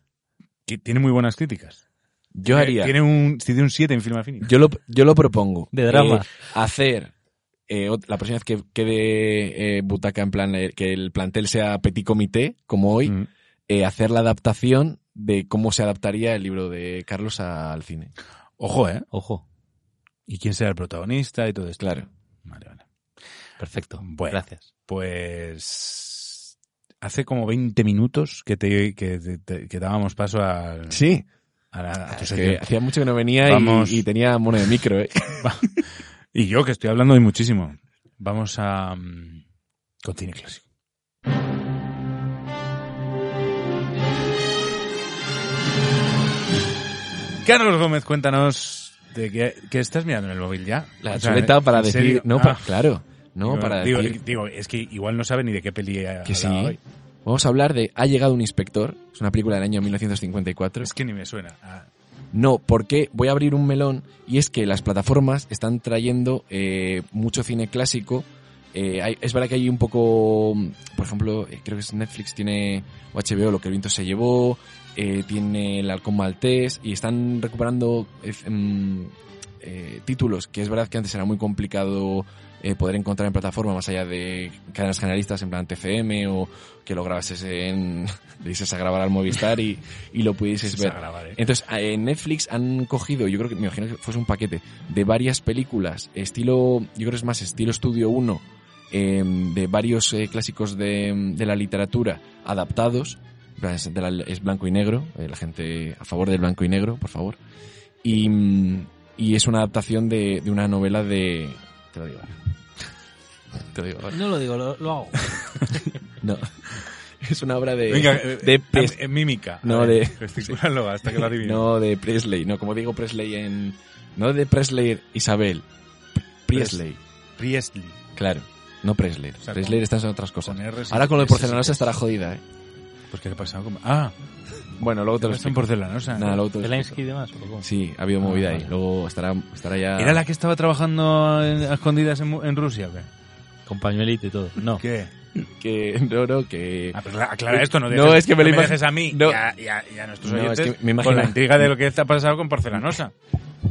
que tiene muy buenas críticas. Eh,
Yo haría...
Tiene un, tiene un 7 en Film Affinity.
Yo lo, yo lo propongo.
De drama.
Eh, hacer eh, ot- la próxima vez que quede eh, butaca en plan eh, que el plantel sea petit comité, como hoy,
Mm.
eh, hacer la adaptación de cómo se adaptaría el libro de Carlos al cine.
Ojo, ¿eh?
Ojo.
¿Y quién será el protagonista y todo esto?
Claro.
Vale, vale.
Perfecto.
Bueno.
Gracias.
Pues hace como 20 minutos que te, que, te- te- que dábamos paso al-
Sí.
a, la- a tu
Es
sección.
que hacía mucho que no venía y-
Vamos.
y, tenía mono de micro, ¿eh?
Y yo, que estoy hablando hoy muchísimo. Vamos a... mm, Con cine clásico. Carlos Gómez, cuéntanos de qué, qué estás mirando en el móvil ya.
La
O sea,
chuleta para
¿en
decir.
serio?
No,
Ah,
pa- claro. No,
digo,
para
digo,
decir.
digo, es que igual no sabe ni de qué peli ha
Que sí.
hablado hoy.
Vamos a hablar de Ha llegado un inspector. Es una película del año 1954.
Es que ni me suena. Ah,
No, porque voy a abrir un melón y es que las plataformas están trayendo eh, mucho cine clásico. Eh, hay- es verdad que hay un poco, mm, por ejemplo, eh, creo que es Netflix tiene o HBO lo que el viento se llevó, eh, tiene el halcón maltés y están recuperando eh, mm, eh, títulos que es verdad que antes era muy complicado eh, poder encontrar en plataforma más allá de cadenas generalistas en plan TCM o que lo grabases en, le dices a grabar al Movistar y, y lo pudieses
se
ver.
graba, ¿eh?
Entonces, a- en Netflix han cogido, yo creo que me imagino que fuese un paquete, de varias películas, estilo, yo creo que es más estilo Estudio 1, eh, de varios eh, clásicos de, de la literatura adaptados. En plan, Es, de la- es blanco y negro, eh, la gente a favor del blanco y negro, por favor. Y, mm, y es una adaptación de, de una novela de... Te lo digo ahora. Te lo digo ahora.
No lo digo, lo, lo hago.
No. es una obra de,
Venga,
de
eh,
Pres-
eh, mímica.
No,
A ver,
de-
gesticulalo hasta que lo adivine.
no de Presley, no, como digo Presley en... No de Presley Isabel, P- Presley,
Priestley.
claro, no Presley.
sea,
Presley
con-
está en otras cosas.
con Rs y
Pues Ahora con lo de
Ss y
porcelanosa
Ss.
estará jodida, ¿eh?
Pues, ¿qué le ha pasado? con- Ah,
Bueno, luego te lo
está en
explico.
porcelanosa.
Nada, luego te lo explico.
Zelensky y demás. ¿o cómo?
Sí, ha habido movida ahí.
vale.
Luego estará, estará ya...
Ah, ¿Era la que estaba trabajando en- a escondidas en, Mu- en Rusia o qué?
Con pañuelito y todo. No.
¿Qué?
que... No, no, que...
Ah, pero aclara esto, no,
No,
dejes-
es que me lo imag-
dejes a mí
no.
y, a, y a- y a nuestros
No, es
oyentes
que me imagino-
con la intriga de lo que está pasado con porcelanosa.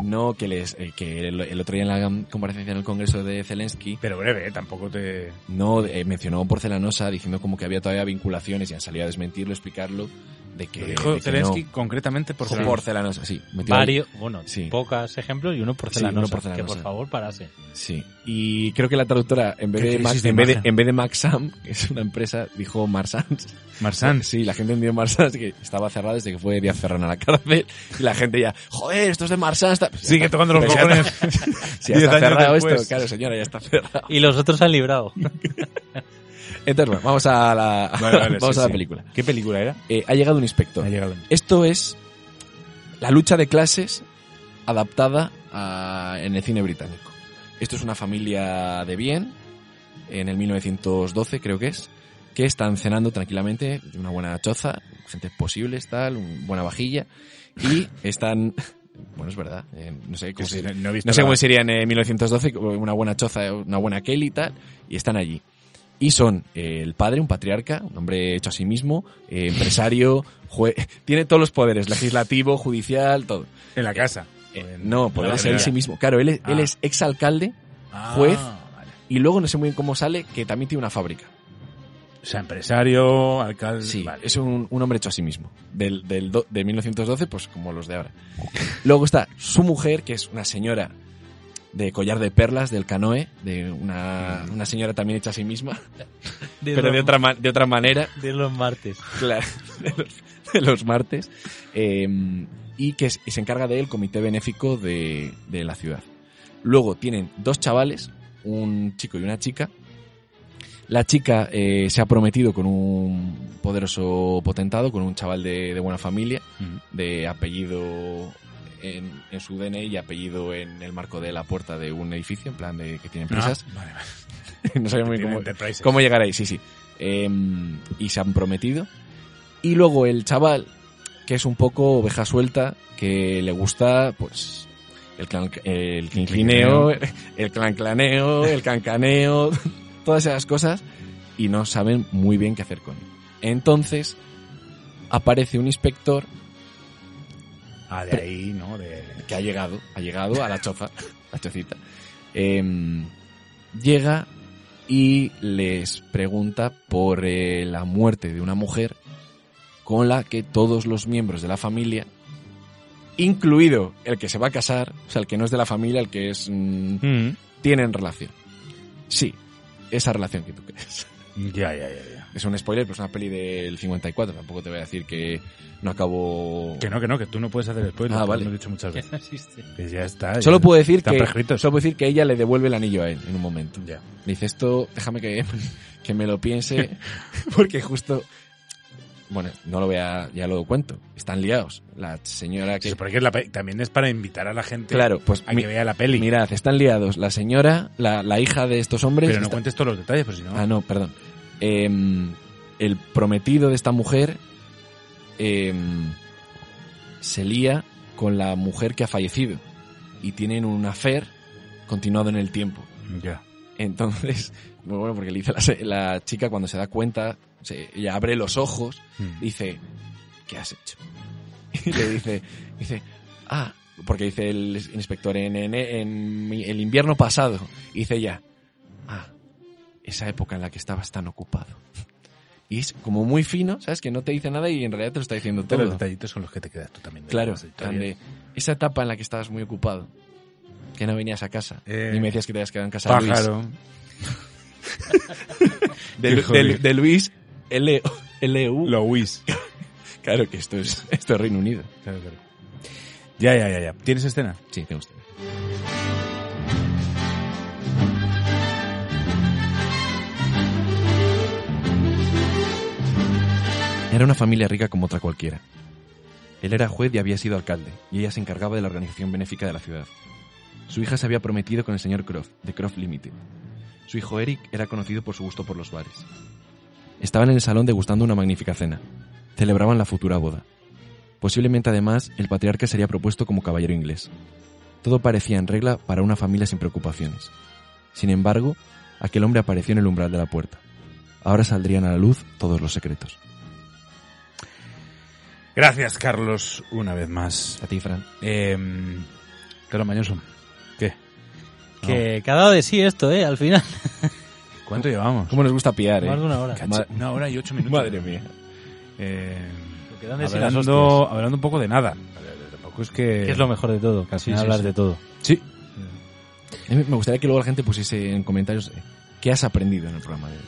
No, que, les, eh, que el, el otro día en la comparecencia en el Congreso de Zelensky
Pero breve, ¿eh? tampoco te...
No, eh, mencionó porcelanosa diciendo como que había todavía vinculaciones y han salido a desmentirlo, explicarlo, de que...
Lo dijo
de que
Zelensky
no.
concretamente por
porcelanosa. sí. metió ahí.
Varios, bueno,
Sí.
pocos ejemplos y uno
uno
porcelanosa,
porcelanosa.
Que por favor parase.
Sí. Y creo que la traductora, en vez
Qué
de,
crisis
Max,
de
en vez de,
imagen.
en vez de Maxam, que es una empresa, dijo Marsans.
Marsán.
Sí, la gente entendió Marsans que estaba cerrada desde que fue Díaz Ferrán a la cárcel y la gente ya, joder, esto es de Marsans. está-".
Sigue tocando los
Pero ya
cojones.
está- Si ya
Diez
está
años
cerrado
después.
esto, claro, señora, ya está cerrado.
Y los otros han librado.
Entonces, bueno, vamos a la,
Vale, vale,
vamos
sí,
a la
sí.
película.
¿Qué película era?
Eh, ha llegado un inspector.
Ha llegado.
Esto es la lucha de clases adaptada a- en el cine británico. Esto es una familia de bien, en el 1912 creo que es, que están cenando tranquilamente, de una buena choza, gente posible, tal, un- buena vajilla, y están... Bueno, es verdad, eh, no sé cómo
Que sí,
se-
Pues, no he visto
no sé
la-
cómo sería en eh, 1912, como una buena choza, eh, una buena Kelly y tal, y están allí. Y son eh, el padre, un patriarca, un hombre hecho a sí mismo, eh, empresario, jue- tiene todos los poderes, legislativo, judicial, todo.
En la casa.
Eh,
O en-
no,
en la
podría ser en
barriada.
sí mismo. Claro, él es, él
Ah.
es exalcalde
Ah,
juez.
vale.
y luego no sé muy bien cómo sale, que también tiene una fábrica.
O sea, empresario, alcalde...
Sí,
vale.
es un, un hombre hecho a sí mismo. Del, del do- de 1912, pues como los de ahora. Luego está su mujer, que es una señora de collar de perlas del canoe, de una, una señora también hecha a sí misma,
De
pero
los,
de otra, ma- de otra manera.
de los martes.
Claro, de los, de los martes. eh, y que es- y se encarga del comité benéfico de, de la ciudad. Luego tienen dos chavales, un chico y una chica. La chica eh, se ha prometido con un poderoso potentado, con un chaval de, de buena familia,
Ujú.
Mm.
de apellido en, en su DNI y apellido en el marco de la puerta de un edificio, en plan de que tienen
Ah,
prisas.
vale, vale.
no sabía muy bien
Tiene
cómo,
Enterprises.
¿Cómo llegar ahí? Sí, sí. Eh, y se han prometido. Y luego el chaval, que es un poco oveja suelta, que le gusta, pues, el, clan, el quinclineo, el clanclaneo, el cancaneo, todas esas cosas, y no saben muy bien qué hacer con él. Entonces, aparece un inspector
Ah, de ahí, ¿no? De...
que ha llegado, ha llegado a la choza, la chocita. Em, llega y les pregunta por eh, la muerte de una mujer con la que todos los miembros de la familia, incluido el que se va a casar, o sea, el que no es de la familia, el que es... mm,
Mm.
tienen relación. Sí, esa relación que tú crees.
Ya, ya, ya, ya.
Es un spoiler, pero es una peli del 54, tampoco te voy a decir que no acabó...
Que no, que no, que tú no puedes hacer spoiler.
Ah,
que
vale.
Lo he dicho muchas
Que
veces.
no existe.
Que ya está.
Solo
ya-
puedo decir
están
que
prescritos.
solo puedo decir que ella le devuelve el anillo a él en un momento.
Ya.
Le dice esto, déjame que, que me lo piense, porque justo bueno, no lo voy a ya lo cuento. Están liados. La señora
Sí,
que
porque es la pe- también es para invitar a la gente
claro, pues
a que
mi-
vea la peli.
mirad, están liados. La señora, la, la hija de estos hombres.
pero no
está-
cuentes todos los detalles, pues si no.
Ah, no, perdón. Em, el prometido de esta mujer em, se lía con la mujer que ha fallecido y tienen un affair continuado en el tiempo.
Ya.
Entonces, muy bueno, porque le dice la, se- la chica cuando se da cuenta, se, ella abre los ojos,
Mm.
dice, ¿qué has hecho? Y le dice, dice, ah, porque dice el inspector en, en- en mi- el invierno pasado, y dice ella, ah, esa época en la que estabas tan ocupado. Y es como muy fino, ¿sabes? Que no te dice nada y en realidad te lo está diciendo
Todos los
todo.
detallitos son los que te quedas tú también. de
Claro,
las historias.
donde esa etapa en la que estabas muy ocupado, que no venías a casa,
Eh,
y me decías que te habías quedado en casa de Luis.
Pájaro.
de,
Qué
de-
jodido.
de Luis L LU.
Lois.
Claro que esto es, esto es Reino Unido.
Claro, claro. Ya, ya, ya, ya. ¿Tienes escena?
Sí, tengo usted. Era una familia rica como otra cualquiera. Él era juez y había sido alcalde, y ella se encargaba de la organización benéfica de la ciudad. Su hija se había prometido con el señor Croft, de Croft Limited. Su hijo Eric era conocido por su gusto por los bares. Estaban en el salón degustando una magnífica cena. Celebraban la futura boda. Posiblemente además el patriarca sería propuesto como caballero inglés. Todo parecía en regla para una familia sin preocupaciones. Sin embargo, aquel hombre apareció en el umbral de la puerta. Ahora saldrían a la luz todos los secretos.
Gracias, Carlos, una vez más.
A ti, Fran.
Eh, Carlos Mañoso, ¿qué?
Que, que ha dado de sí esto, ¿eh? Al final.
¿Cuánto llevamos?
¿Cómo nos gusta pillar, eh?
Más de una hora.
Cacha- Una hora y ocho minutos.
Madre mía.
Eh,
Que dan de sí las
hablando, hablando un poco de nada. Tampoco es que...
Que es lo mejor de todo, que al
Sí,
final
sí,
hablas
sí.
de todo.
Sí.
A mí Me gustaría que luego la gente pusiese en comentarios eh, qué has aprendido en el programa de hoy.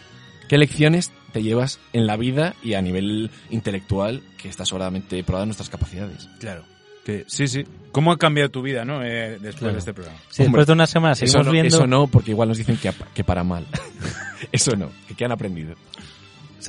¿Qué lecciones te llevas en la vida y a nivel intelectual que está sobradamente probada nuestras capacidades?
Claro. Que, sí, sí. ¿Cómo ha cambiado tu vida, no? Eh, después
Claro.
de este programa.
Sí,
Hombre,
después de una semana seguimos
Eso no,
viendo.
eso no, porque igual nos dicen que, ap- que para mal. eso no, que qué han aprendido.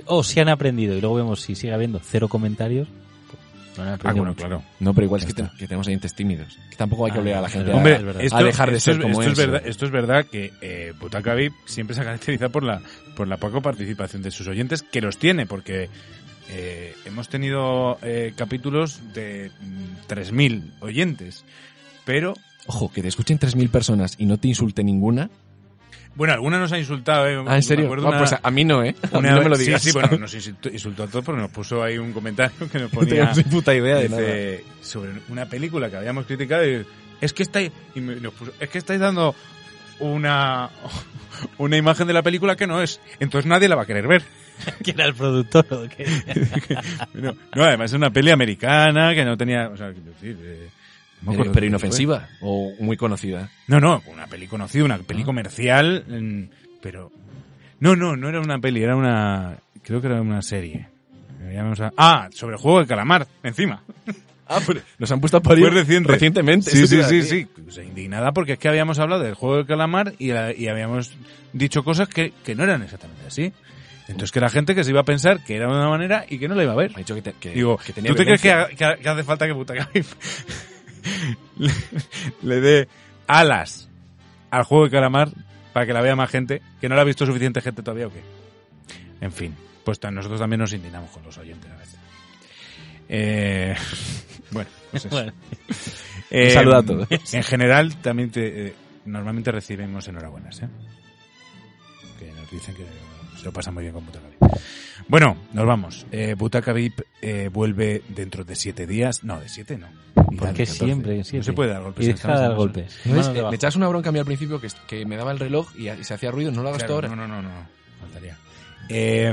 O si han aprendido y luego vemos si sigue habiendo cero comentarios. pues No han aprendido mucho.
No, pero igual es
Ya
que, te-
está.
que tenemos oyentes tímidos. Que tampoco hay que
Ah,
obligar a la
es
gente
verdad,
a,
Hombre,
es verdad.
esto,
a dejar de
esto
ser
es-
como
esto es.
es,
verdad,
¿no?
esto es verdad que eh, Butaca VIP siempre se ha caracterizado por la, por la poca participación de sus oyentes, que los tiene, porque eh, hemos tenido eh, capítulos de mm, 3.000 oyentes. Pero,
Ojo, que te escuchen 3.000 personas y no te insulte ninguna.
bueno, alguna nos ha insultado. eh.
Ah,
Me
¿en serio?
acuerdo
Ah,
una-
pues a, a mí no, ¿eh? A mí
una-
no me lo
sí,
digas.
Sí, bueno, nos insultó, insultó a todos porque nos puso ahí un comentario que nos
no tengo
ponía...
ni puta idea de nada.
dice, sobre una película que habíamos criticado y es que estáis y me- nos puso, es que estáis dando una una imagen de la película que no es entonces nadie la va a querer ver
que era el productor o qué?
no, no, además es una peli americana que no tenía o sea, quiero decir, eh, no
Pero,
me acuerdo
pero
de-
inofensiva o muy conocida.
no no una peli conocida una peli
Ah.
comercial mm, pero no no no era una peli era una creo que era una serie Ya no sa- ah sobre el juego de calamar encima
Ah, pero nos han puesto a parir
Fue reciente.
recientemente.
Sí,
eso te
sí,
iba a
sí,
decir.
sí. O sea, indignada porque es que habíamos hablado del juego del calamar y, la- y habíamos dicho cosas que, que no eran exactamente así. Entonces que la gente que se iba a pensar que era de una manera y que no la iba a ver.
Me ha dicho que, te- que-
Digo,
que tenía
¿tú te crees que,
violencia.
ha- que ha- que hace falta que Butacaif le, le dé alas al juego de calamar para que la vea más gente, que no la ha visto suficiente gente todavía o qué? En fin, pues tan- nosotros también nos indignamos con los oyentes a veces. Eh, bueno, pues eso.
Bueno,
Eh,
saludo a todos.
En general, también te, eh, normalmente recibimos enhorabuenas, ¿eh? Que nos dicen que se lo pasa muy bien con Butaca VIP. Bueno, nos vamos. Eh, Butaca VIP eh, vuelve dentro de siete días. No, de siete no.
¿Por qué siempre?
No se
Siete.
puede dar golpes.
Y
en
deja
esta
de
mesa,
dar
no sé.
golpes.
¿No ves?
Manos
Eh,
debajo.
Me echas una bronca a mí al principio que, que me daba el reloj y, y se hacía ruido, no lo hagas tú
Claro,
ahora.
no, no, no, no. Faltaría. Eh,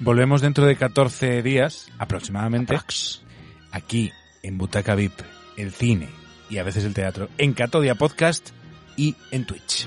volvemos dentro de 14 días, aproximadamente. Aquí, en Butaca VIP, el cine y a veces el teatro, en Catodia Podcast y en Twitch.